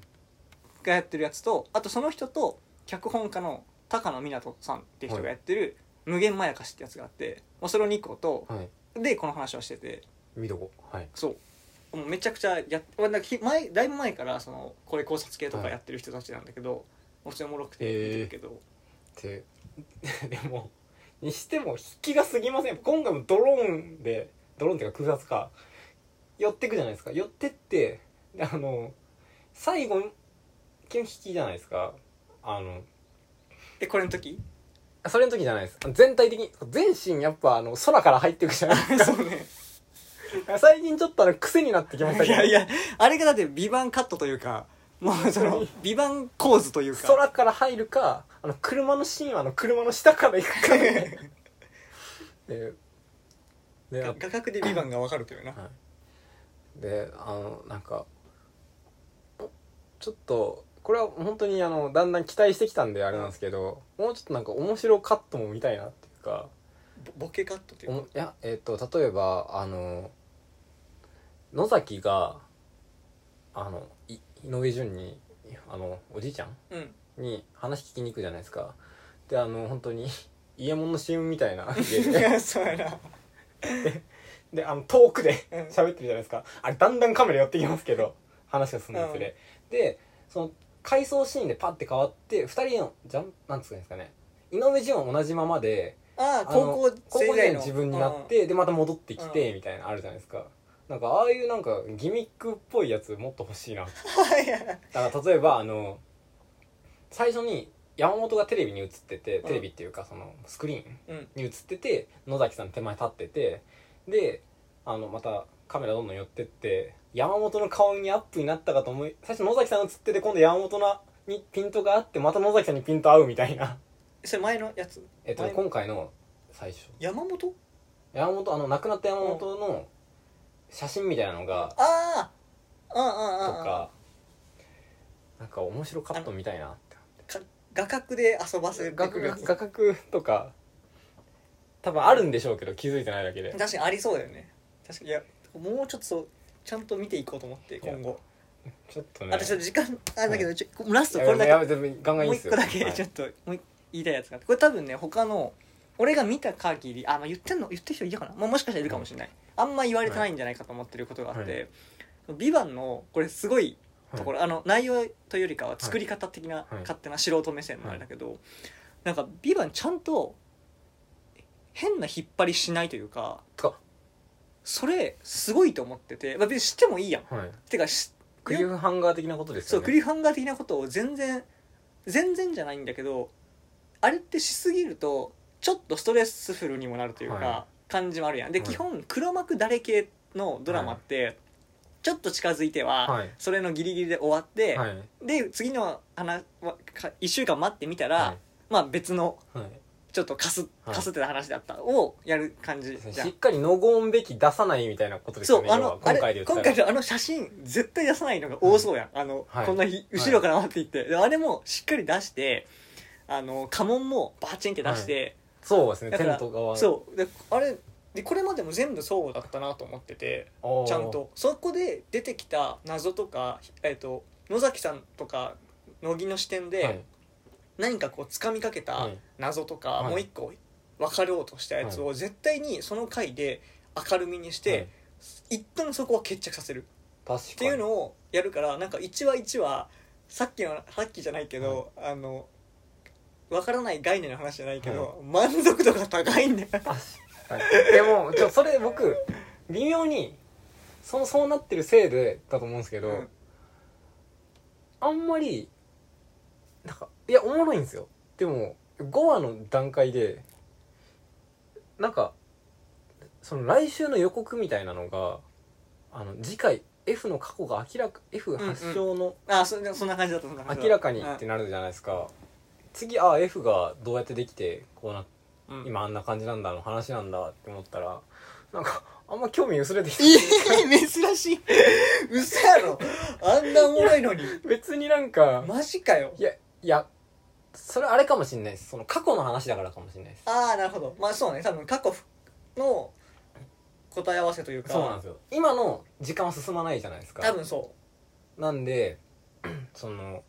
がやってるやつとあとその人と脚本家の高野湊さんっていう人がやってる「無限まやかし」ってやつがあって、まあ、それを2個と
はい
でこの話をしてて
見とこはい
そうもうめちゃくちゃやっまあなんかひ前だいぶ前からそのこれ考察系とかやってる人たちなんだけど、もう普通におもろくて見てるけど、
って でもにしても引きが過ぎません今回もドローンでドローンっていうか空撮か寄ってくじゃないですか寄ってってであの最後基本引きじゃないですかあの
えこれの 時
それの時じゃないです全体的に全身やっぱあの空から入っていくじゃないです
そうね
か 最近ちょっとあの癖になってきました
い
けど
やいやあれがだって美版カットというかもうその美版構図というか
空から入るかあの車のシーンはあの車の下から 行くかででで
が画角で美版がわかるけどな
はい、であのなんかおちょっとこれは本当にあのだんだん期待してきたんであれなんですけどもうちょっとなんか面白カットも見たいなっていうか
ボボケカットとい
お
う
も
か
いやえっ、と例えばあの野崎があのい井上順にあのおじいちゃん
うん
に話聞きに行くじゃないですかであの本当に伊右衛門の CM みたい な
いやそうやな
であの遠くで
うん
喋ってるじゃないですかあれだんだんカメラ寄ってきますけど話が進むにつれ、でその回想シーンでパッて変わって2人のじゃんなんつうんですかね井上順は同じままで
ああ
あの
高校
高
生
校
以
時代
外
の
の
自分になってでまた戻ってきてみたいなのあるじゃないですかなんかああいうなんかギミックっぽいやつもっと欲しいな
はいはい
だから例えばあの最初に山本がテレビに映ってて
うん
テレビっていうかそのスクリ
う
ーン
ん
に映ってて野崎さん手前立っててであのまたカメラどんどん寄ってって山本の顔にアップになったかと思い最初野崎さんが映ってて今度山本のにピントがあってまた野崎さんにピント合うみたいな
それ前のやつ
えっと
前
今回の最初
山本
山本あの亡くなった山本の写真みたいなのが
ああうんう
と
んうんうん
かなんか面白カットみたいなって
画角で遊ばせて
画
くる
角
やつ
画角とか多分あるんでしょうけど気づいてないだけで
確かにありそうだよね確かにいやもうちょっとそうちゃんと見ていこうと思って今後
ちょっとね
あとちょっと時間あだけ
は
どちょラスト
いや
これだけ
やめてガンガンい
も
いうっす
一
よ
個だけ
はい
ちょっともう一個言いたいやつがあってこれ多分ね他の俺が見た限りあ、まあ、言ってんの言ってる人いるかな、まあ、もしかしたらいるかもしれないあんま言われてないんじゃないかと思ってることがあって「ビバンのこれすごいところ、あの内容というよりかは作り方的な
はい
勝手な素人目線のあれだけど、なんか「ビバンちゃんと変な引っ張りしないというか
と
それすごいと思ってて、まあ、別にしてもいいやん
かはい
てかし
クリフハンガー的なことです
そ
よ
う
ね
クリフハンガー的なことを全然全然じゃないんだけどあれってしすぎるとちょっとストレスフルにもなるというか、
は
感じもあるやんで、
はい
基本黒幕誰系のドラマって、ちょっと近づいては、
はい
それのギリギリで終わって、
はい
で次の話はか1週間待ってみたら、
は
まあ別の
いは
ちょっとかす
はい
かすってた話だったをやる感じ
い
じゃ
しっ
ん。
かりのごんべき出さないみたいなことです
そ
よ
う
ね
あ
要
の
は
あ
今回
れ
で
今
言った
回
ら
のあの写真絶対出さないのが多そうやん、あの、
はい
こんなひ後ろから回っていって、であれもしっかり出してあの家紋もバチンって出して、
そうですね
だ
テ
から
ント側
そうであれでこれまでも全部そうだったなと思ってて
おー
ちゃんとそこで出てきた謎とか、えー、と野崎さんとか乃木の視点で、
はい
何かこう掴みかけた
はい
謎とか、
はい
もう一個分かろうとしたやつを絶対にその回で明るみにして、
はい
一旦そこは決着させる
確かに
っていうのをやるからなんか一話一話さっきのさっきじゃないけど、あの分からない概念の話じゃないけど、満足度が高いんだよ
確かにでもちょそれ僕微妙にそのそうなってるせいでだと思うんですけど、
うん
あんまりなんかいやおもろいんですよでも5話の段階でなんかその来週の予告みたいなのがあの次回 F の過去が明らか F 発祥の
あそそんな感じだったそんな感じ
明らかに
だ
っ
って
なるじゃないですか次あ F がどうやってできてこうな
た、うん
今あんな感じなんだの話なんだって思ったらなんかあんま興味薄れてきた
いい珍しい嘘やろあんなおもろいのに
別になんか
マジかよ
いやいやそれあれかもしんないですその過去の話だからかもしんないです
ああなるほどまあそうね多分過去の答え合わせというか
そうなんですよ今の時間は進まないじゃないですか
多分そ、
なんで その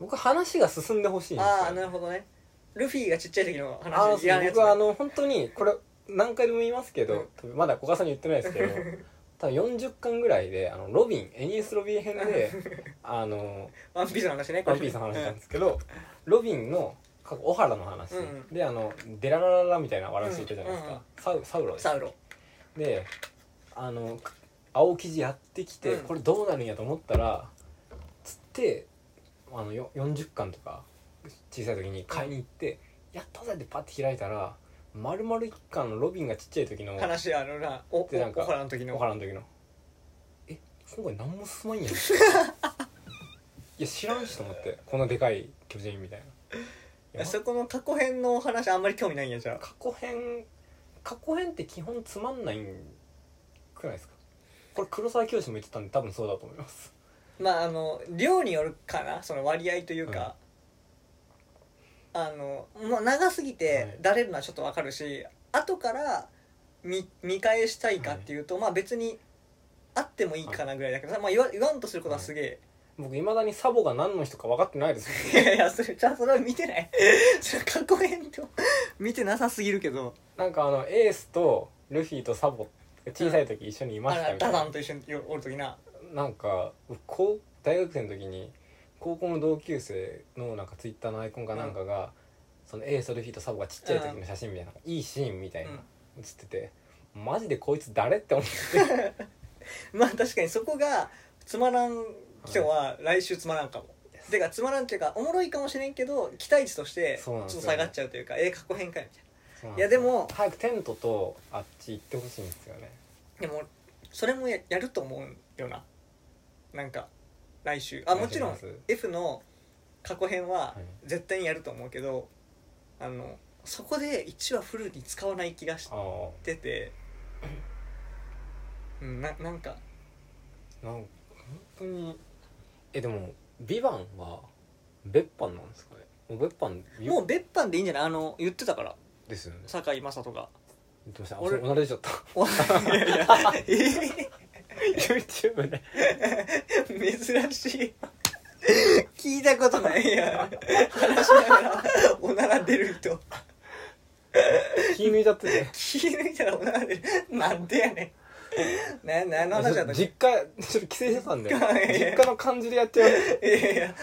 僕話が進んでほしいうんですよ
ああなるほどねルフィがちっちゃい時の
あの
話いらんやつ、
僕はあの本当にこれ何回でも言いますけど、多分まだ小川さんに言ってないで すけど多分40巻ぐらいであのロビンエニエス・ロビン編 であの
ワンピースの話ね
ワンピースの話なんですけどロビンの過去小原の話、
うんう
であのデララララみたいな笑う人いたじゃないですか、
うんうん
サウサウロです
サウロ
であの青生地やってきて、
うん
これどうなるんやと思ったらつってあのよ40巻とか小さい時に買いに行って、やったぜってパッて開いたら丸々1巻のロビンがちっちゃい時の
話あのなおお
でなんか
おほらの時の
小原の時の「え今回何も進 まんやん」いや知らんしと思ってこんなでかい巨人みたいな。いや
そこの過去編のお話あんまり興味ないんやじゃあ
過去編過去編って基本つまんないんくないですかこれ黒沢清も言ってたんで多分そうだと思います
まああの量によるかなその割合というか、あのもう長すぎ
はい
てだれるのはちょっとわかるし、後から見見返したいかっていうと、まあ別にあってもいいかなぐらいだけど、まあ、言わ言わんとすることはすげえ、
僕いまだにサボが何の人か分かってないです
い、やいやそれじゃあそれは見てないそれ過去編と見てなさすぎるけど
なんかあのエースとルフィとサボ小さい時一緒にいま
あ
した
ら
みた
ダ
い
ダ
な
ンと一緒におる時な
なんか僕高大学生の時に高校の同級生のなんかツイッターのアイコンかなんかが、そのエースとルフィとサボがちっちゃい時の写真みたいな、いいシーンみたいな
うん
写っててマジでこいつ誰って思って
まあ確かにそこがつまらん人は来週つまらんかも、
Yes
てかつまらんっていうかおもろいかもしれんけど期待値としてち
そう
ょ
なん
っ
です
と下
よ
がっちゃうというかええ過去変かよみたい
そうなん
いや
すよ
でも
早くテントとあっち行ってほしいんですよね
なでもそれもややると思うよななんか来週あもちろ
お願
ん
いします
F の過去編は
はい
絶対にやると思うけど、あのそこで1話フルに使わない気がし
ああ
ててうんななんか
なんか本当にえでも「ビバンは別班なんですかねもう別班
もう別班でいいんじゃないあの言ってたから
ですよね
堺雅人が。
言ってましたあ
俺
俺れち ゃった YouTube で
珍しい聞いたことないやん話しながらおなら出る人
気抜いちゃってて
気抜いたらおなら出るなんでやねんな何の話だったっけ
実家ちょっと帰省してたんで
いやいや
実家の感じでやってまし
いやいやいやいやいや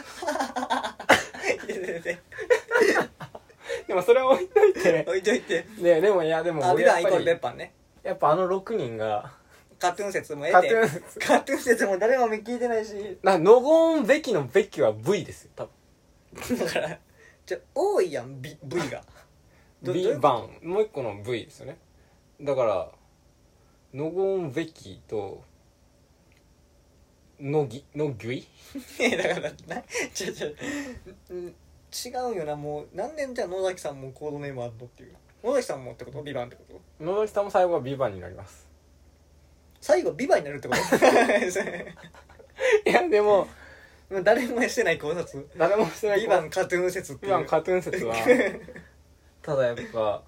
たでもそれは置いと いて
置いといて
ででもいやでも
あ
俺
ビ
や
バン
っ
イコ
ぱ
ール
り
別班ね
やっぱあの6人が
カトゥーン説もええ
カト
て
ゥーン
カトゥーン説も誰も聞いてないし
なノゴーンべきのべきは V ですよ多
だからじゃ多いやん B, v がど
分 B 版もう一個の V ですよねだからノゴーンべきとノギノギュイ
ねだからなちょちょうん違うよなもう何年じゃあ野崎さんもコードネームあるのっていう野崎さんもってことビバンってこと
野崎さんも最後は B 版になります
最後ビバンになるってことそれ
いやで
も
も
う誰もしてない考察
誰もしてない
ビバンカトゥーン説ってい
B
う
版カトゥーン説 はただやっぱ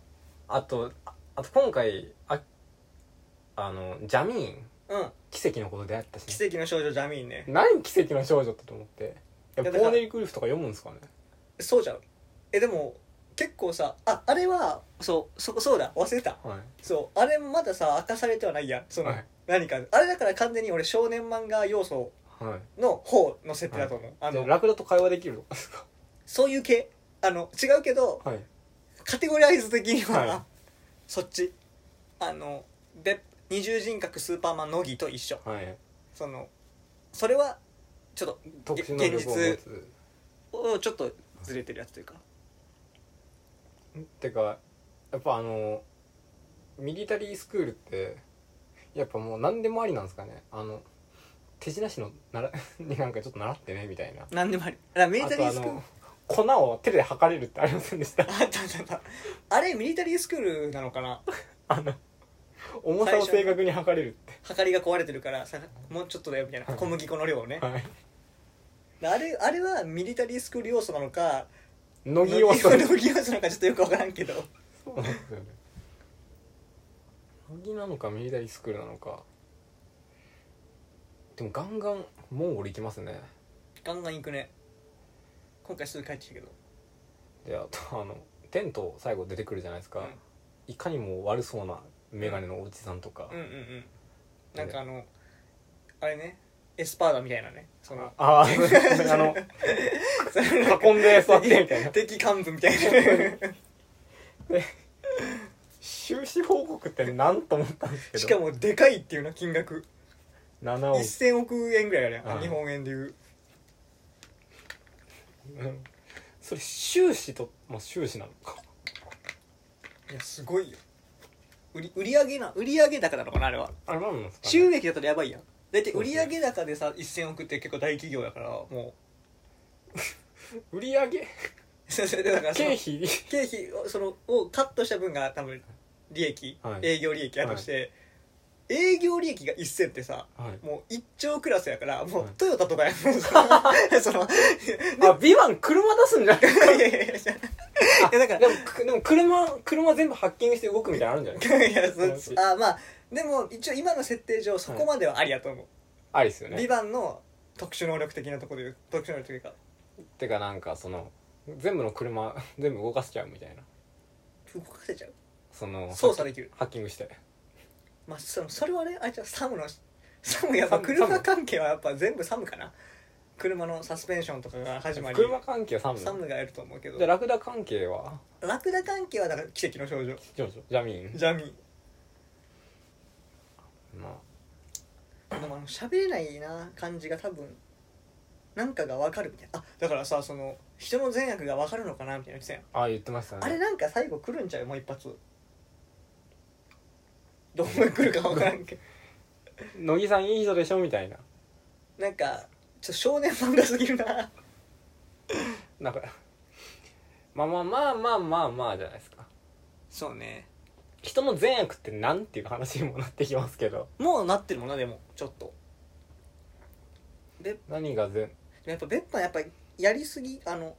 あとああと今回ああのジャミーン
うん
奇跡のこと出会ったし、
奇跡の少女ジャミーンね
何奇跡の少女ってと思っていや
いやだから
ポーネリクリフとか読むんですかね
そうじゃんえでも結構さああれはそうそそうだ忘れた
はい
そうあれまださ明かされてはないやんその、
はい
何かあれだから完全に俺少年漫画要素
はい
の方の設定だと思う、あ
あ
の
のラクダと会話できるとかですか
そういう系あの違うけど
はい
カテゴライズ的には、
はい
そっちあので二重人格スーパーマン乃木と一緒
はい
そのそれはちょっ
特殊能力を持つ
とおちょっとずれてるやつというか
てかやっぱあのミリタリースクールってやっぱもう何でもありなんですかねあの手品師のなら になんかちょっと習ってねみたいな
何でもありだからミリタリースクール
粉を手で測れるってありません でした
あったあったあったあれミリタリースクールなのかな
あの重さを正確に測れるっ
はかりが壊れてるからさもうちょっとだよみたいな
はい
小麦粉の量をね
て、はい、
あれあれはミリタリースクール要素なのか
乃木要素
乃木要素なのかちょっとよくわからんけど
そうなんですよね乃木なのかミリタリースクールなのかでもガンガンモンゴル行きますね
ガンガンいくね今回すぐ帰ってきたけど
であとあのテント最後出てくるじゃないですか、
うん
いかにも悪そうな眼鏡のおじさんとか、
うんうんうんなんかあのあれねエスパーダみたいなねその
あああの囲んで座ってみたいな
敵幹部みたい な
収支報告ってなんと思ったんですけど
しかもでかいっていうな金額
7億
1000億円ぐらいあるやん、
はい
日本円でいう
うんそれ収支と、まあ、収支なのか
いやすごいよ売り売り上げな売り上げ高なのかなあれは
あれ何なんですか、
収益だったらやばいやん大体
そう
売
です
り
ね
上げ高でさ1000億って結構大企業だからも
売り上げ
う それでだからその
経費
経費をそのをカットした分が多分利益、
はい
営業利益だとして、営業利益が1000ってさ
はい
もう1兆クラスやからもう
はい
トヨタとかやもん さその
あビバン車出すんじゃない
いやいやいやいやいやだから
でもくでも車車全部ハッキングして動くみたいなのあるんじゃない
いやそあまあでも一応今の設定上そこまではありやと思う
ありです
「
よ
ビ
ね
バンの特殊能力的なところで言う特殊能力というか
てかなんかその全部の車全部動かしちゃうみたいな
動かせちゃう
その
操作できる
ハッキングして
まあそのそれはねあいつはサムのサムやっぱ車関係はやっぱ全部サムかな車のサスペンションとかが始まり
車関係はサム
サムがやると思うけど
でラクダ関係は
ラクダ関係はだから奇跡の少女
ジョジョジャミーン
ジャミ
まあ
ーでもあの喋れないな感じが多分なんかが分かるみたいなあだからさその人の善悪が分かるのかなみたいな言ってたやん
ああ言ってましたね
あれなんか最後来るんちゃうもう一発どこに来るか分からん けど
乃木さんいい人でしょみたいな
なんかちょっと少年漫画すぎるな
なんか まあまあまあまあまあまあじゃないですか
そうね
人の善悪ってなんていう話にもなってきますけど
もうなってるもんなでもちょっと
何が善
やっぱ別班やっぱやりすぎあの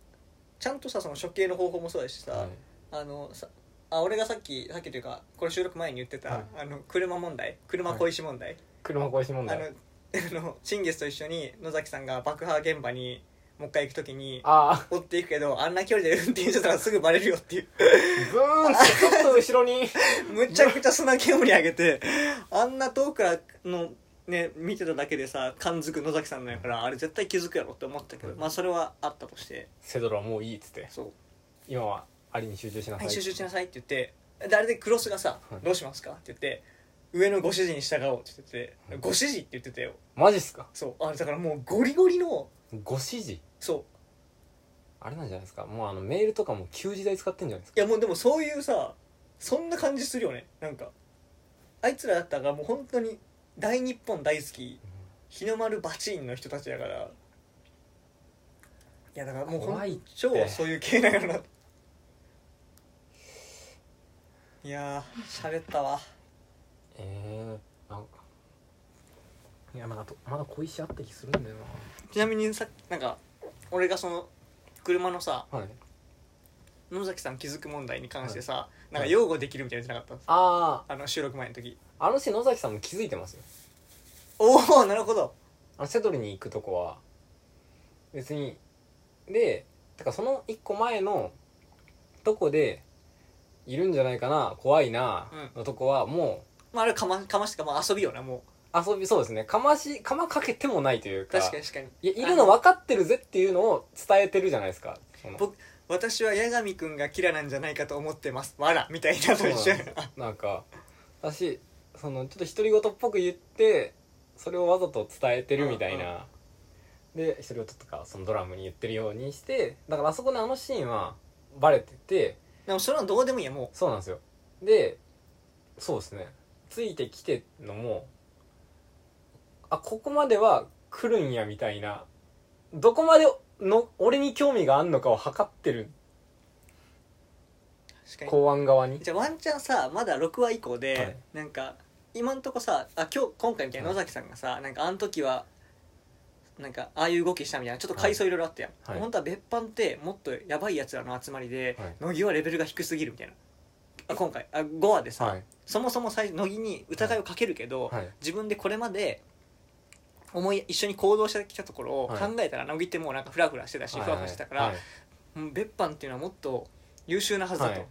ちゃんとさその処刑の方法もそうだしさ、
はい
あのさあ俺がさっきさっきというかこれ収録前に言ってた、
はい
あの車問題車小石問題、
車越し問題
あのあのチンゲスと一緒に野崎さんが爆破現場にもう一回行く時に
ああ
追っていくけどあんな距離で運転してたらすぐバレるよっていう
ブーンってちょっと後ろに
むちゃくちゃ砂煙上げてあんな遠くからのね見てただけでさ感づく野崎さんのやからあれ絶対気づくやろって思ったけど、
うん
まあそれはあったとして
セドラもういいっつって
そう
今はアリに集中しな
「は
さ
い
い
集中しなさい」って言ってであれでクロスがさ
はい
「どうしますか?」って言って「上のご指示に従おう」って言って
は
て
い
「ご指示」って言ってたよ
マジっすか
そうあれだからもうゴリゴリの
ご指示
そ
あれなんじゃないですかもうあのメールとかも旧時代使ってんじゃないです
ういやもうでもそういうさそんな感じするよねなんかあいつらだったらもう本当に大日本大好き日の丸バチンの人たちだからいやだからもうほ
怖いっ
ん
て
超そういう系だからないやー喋ったわ
かええなんかいやまだとまだ小石あった気するんだよ
ちなみにさなんか俺がその車のさ
なはい
野崎さん気づく問題に関してさ、
い
なんか擁護できるみたいなやつなかった
あ
あの収録前の時
ああのシーン野崎さんも気づいてますよ
おおなるほど
あのセドルに行くとこは別にでだからその一個前のとこでいるんじゃないかな怖いなのとこはも
まああれかまかましてかまあ遊びよなも
う遊びそうですねかましかまかけてもないという
う
か
確かに確かに
いやいるの分かってるぜっていうのを伝えてるじゃないですかその
僕私は八神君がキラなんじゃないかと思ってますわらみたいなと一緒やな
なんか私そのちょっと独り言っぽく言ってそれをわざと伝えてるみたいな、で独り言とかそのドラムに言ってるようにしてだからあそこのあのシーンはバレてて
でもそれはどうでもいいやも
そうなんですよでそうですねついてきてのもあここまでは来るんやみたいなどこまでの俺に興味があんのかを測ってる
確か
公安側に
にじゃあワンチャンさまだ6話以降で、
はい
なんか今んとこさあ今日今回みたいに
は
野
い
崎さんがさ、なんかあの時はなんかああいう動きしたみたいなちょっと回想いろいろあったやん、
はい
本当は別班ってもっとやばいやつらの集まりで、
はい
乃木はレベルが低すぎるみたいなあ今回あ5話でさ、
はい
そもそも最初乃木に疑いをかけるけど、
はい
自分でこれまで思い一緒に行動してきたところを
はい
考えたら、乃木ってもうなんかフラフラしてたし、ふわふわしてたから、
はい
うん別班っていうのはもっと優秀なはずだと、
はい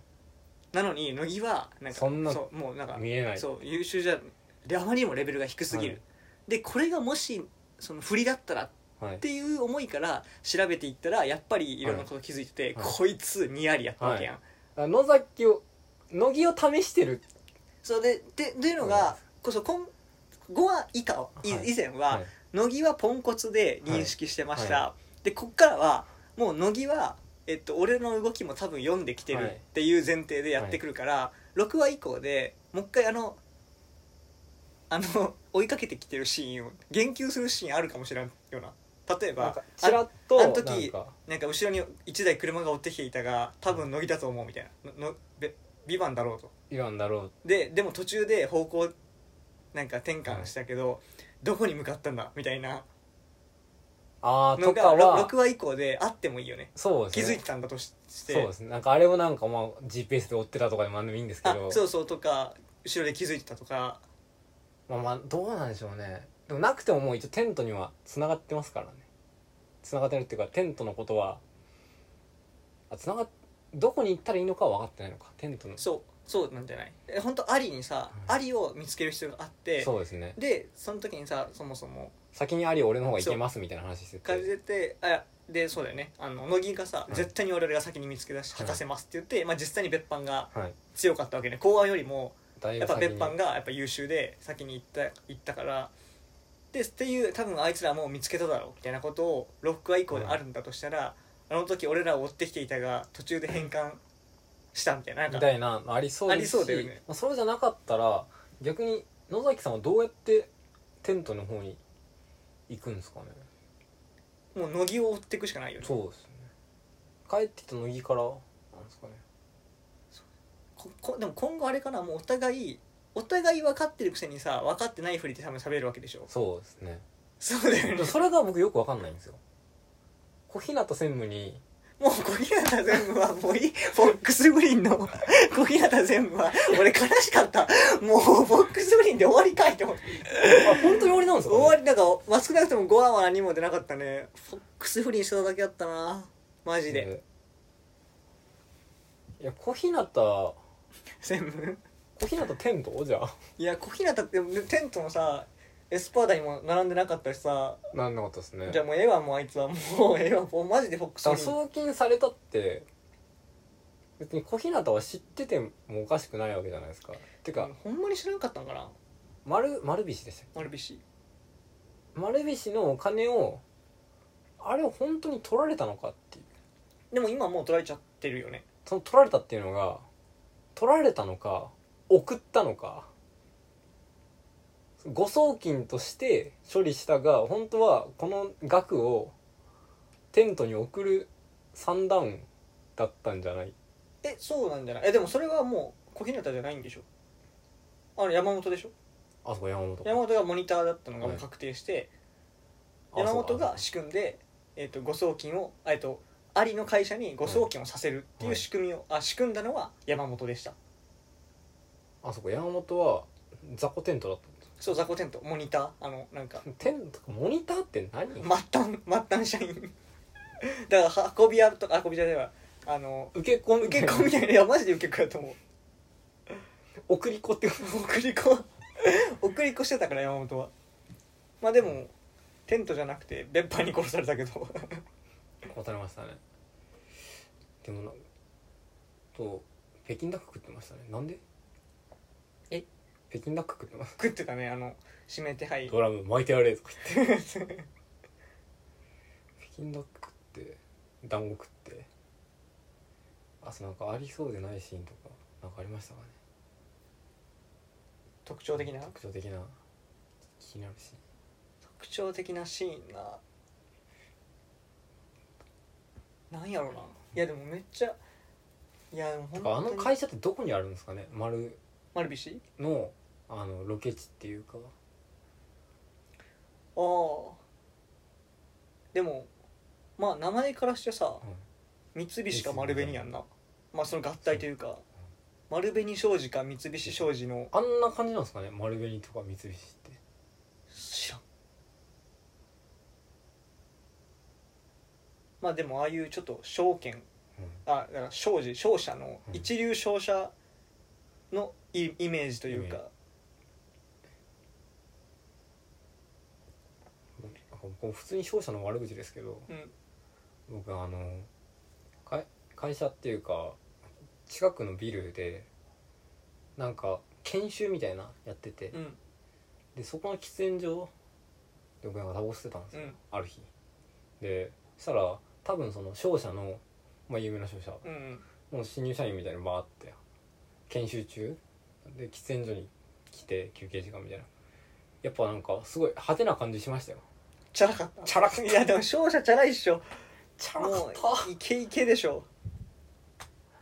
なのに乃木はなんか
そんな
うもうなんか
見えない
そう優秀じゃであまりにもレベルが低すぎる、
はい
でこれがもしその振りだったらっ
はい
ていう思いから調べていったらやっぱりいろんなこと気づいてて、
はい
こいつにやりやったわけやん、
あ野崎を乃木を試してる
そうででというのが、
は
こそこん5話以下い
はい
以前は、
はい
乃木はポンコツで認識してました、
はい
でこっからはもう乃木は、えっと、俺の動きも多分読んできて
は
る
い
っていう前提でやってくるから、6話以降でもう一回あのあの 追いかけてきてるシーンを言及するシーンあるかもしれんような例え
なん
ば
かちらっと
ああの時
なんか
なんか後ろに1台車が追ってきていたが多分乃木だと思うみたいなののべビバンだろうと
言わんだろ
ででも途中で方向なんか転換したけど、どこに向かったんだみたいな
うああ
の
と
が
か
ろ
は
6話以降であってもいいよね
そう
気
です
づい
ね
てたんだとしして
そうですねなんかあれをなんかまあ GPS で追ってたとかでもなんでもいいんですけ
あ
ど
そうそうとか後ろで気づいてたとか
まあまあどうなんでしょうねでもなくてももう一応テントには繋がってますからね繋がってるっていうかテントのことはあ繋がっどこに行ったらいいのかは分かってないのかテントの
そうそうなんじゃないえ本当アリにさ、
はい
アリを見つける必要があって
そうですね
でその時にさそもそも
先にアリ俺の方が行けますみたいな話して
感じ
て
ててあでそうだよねあの乃木がさ、
い
絶対に我々が先に見つけ出し
はい
吐かせますって言って、まあ、実際に別班が
はい
強かったわけね公安よりも
だい
や
ぶ
っぱ
先
別
に
班がやっぱ優秀で先に行った行ったからでっていう多分あいつらもう見つけただろうみたいなことを6話以降であるんだとしたら、あの時俺らを追ってきていたが途中で変換したみたいななん
み
か
たいなのありそうですし
ありそうだよね
まあ、それじゃなかったら逆に野崎さんはどうやってテントの方に行くんですかね
もう乃木を追っていくしかないよね
そうですね帰ってきた乃木からなんですかね
ここでも今後あれかなもうお互いお互い分かってるくせにさ分かってないふりで多分喋るわけでしょ
そうですね
そうだよ
で
ね
もそれが僕よくわかんないんですよ小日向専務 に
もう小日向全部はもういいフォックスグリーンの小日向全部は俺悲しかったもうフォックスグリーンで終わりかいって思って
あ本当に俺なんです
終
か、
わりなんかまあ少なくとも5話は何も出なかったねフォックスフリーしただけだったなマジで、
いや小日向小
全部
日向テントじゃあ
いや小日向ってテントもさエスパーダにも並んでなかったしさ、
なんなかったですね
じゃあもうええわもうあいつはもうええわもうマジでフォックス
だ
フ
から
リー
送金されたって別に小日向は知っててもおかしくないわけじゃないですかてか
ほんまに知らなかったんかな
丸丸菱でしたっ
丸菱
け丸菱のお金をあれを本当に取られたのかっていう
でも今もう取られちゃってるよね
その取られたっていうのが取られたのか送ったのか誤送金として処理したが本当はこの額をテントに送る算段だったんじゃない
えそうなんじゃないえでもそれはもう小日向じゃないんでしょあの山本でしょ
あそこ山本
山本がモニターだったのがもう確定して、
あ
山
そ
本
うだ
が仕組んで、えっと誤送金をえっとアリの会社に誤送金をさせるっていう仕組みを、あ仕組んだのは山本でした
あそこ山本は雑魚テントだったんです
そう雑魚テントモニターあのなんか
テントかモニターって何、
末端末端社員 だから運び屋とか運び屋ではあの
受け子み
受
たい
け
な
子みたいないやマジで受け子だと思う
送り子ってこと
送り子 送り子してたから山本はまあでもテントじゃなくて別班に殺されたけど
渡れましたねでもなと北京ダック食ってましたねなんで
え
北京ダック食ってます
食ってたねあの指名手配
ドラム巻いてやれとか言って北京ダック食って団子食ってあそうなんかありそうでないシーンとかなんかありましたかね
特徴的な
特徴的な気になるシーン
特徴的なシーンななんやろないやでもめっちゃいやほ
て
ん
かあの会
社
社ってどこにあるんですかね丸
丸菱
のあのロケ地っていうか
ああでもまあ名前からしてさ、三菱か丸紅やんなまあその合体というか、丸紅商事か三菱商事の
あんな感じなんですかね丸紅とか三菱って
知らんまあでもああいうちょっと証券あだから商事商社の
うん
一流商社のイイメージというか、
僕普通に商社の悪口ですけど
うん、
僕あのか会社っていうか近くのビルでなんか研修みたいなやってて、
うん
でそこの喫煙所で僕なんかタバコ吸ってたんです
う
よ、
ん
ある日でそしたら多分その商社の、まあ、有名な商社
うんうん
もう新入社員みたいなのバーって研修中で喫煙所に来て休憩時間みたいなやっぱなんかすごい派手な感じしましたよ
チャラかった
チャラかった
いやでも商社チャラいっしょ
チャラかっ
も
た
うイケイケでしょ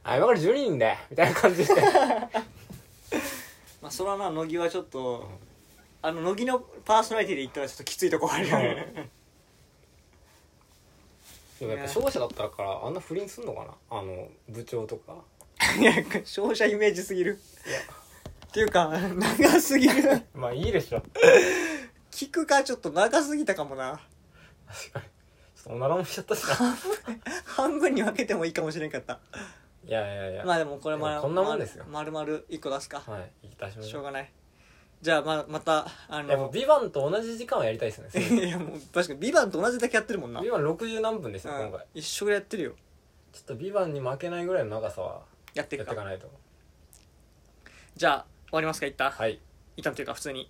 あ今から12人でみたいな感じで
まあそれはな乃木はちょっと、あの乃木のパーソナリティで言ったらちょっときついとこあるよね
でもやっぱ商社だったからあんな不倫すんのかなあの部長とか
いや 勝者イメージすぎるっていうか長すぎる
まあいいでしょちょ
聞くかちょっと長すぎたかもな
っとおならもしちゃったしな
半分に分けてもいいかもしれんかった
いやいやいや、
まあでもこれ
い
も
やこんなもんですよ
丸々1個出すか、
はいいたしま
し
し
ょ
ょ
う
う
がないじゃあまあまたあ
いやもう
の
「ビバンと同じ時間はやりたいですね
いやもう確かに「ビバンと同じだけやってるもんな、
ビバン60何分でした
うん
今回
一生ぐらいやってるよ
ちょっと「ビバンに負けないぐらいの長さは
やってく
やっ
か
ていかないと
じゃあ終わりますか一旦、
はい
一旦というか普通に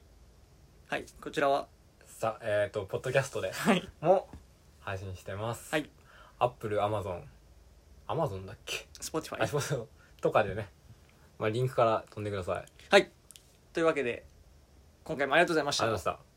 はいこちらは
さえっ、とポッドキャストで
はい
も配信してます
はい
アップルアマゾンアマゾンだっけ
Spotify
あそうそうとかでねまあリンクから飛んでくださいありがとう
はい。というわけで、今回もありがとうございまし
ござい
た
ま。した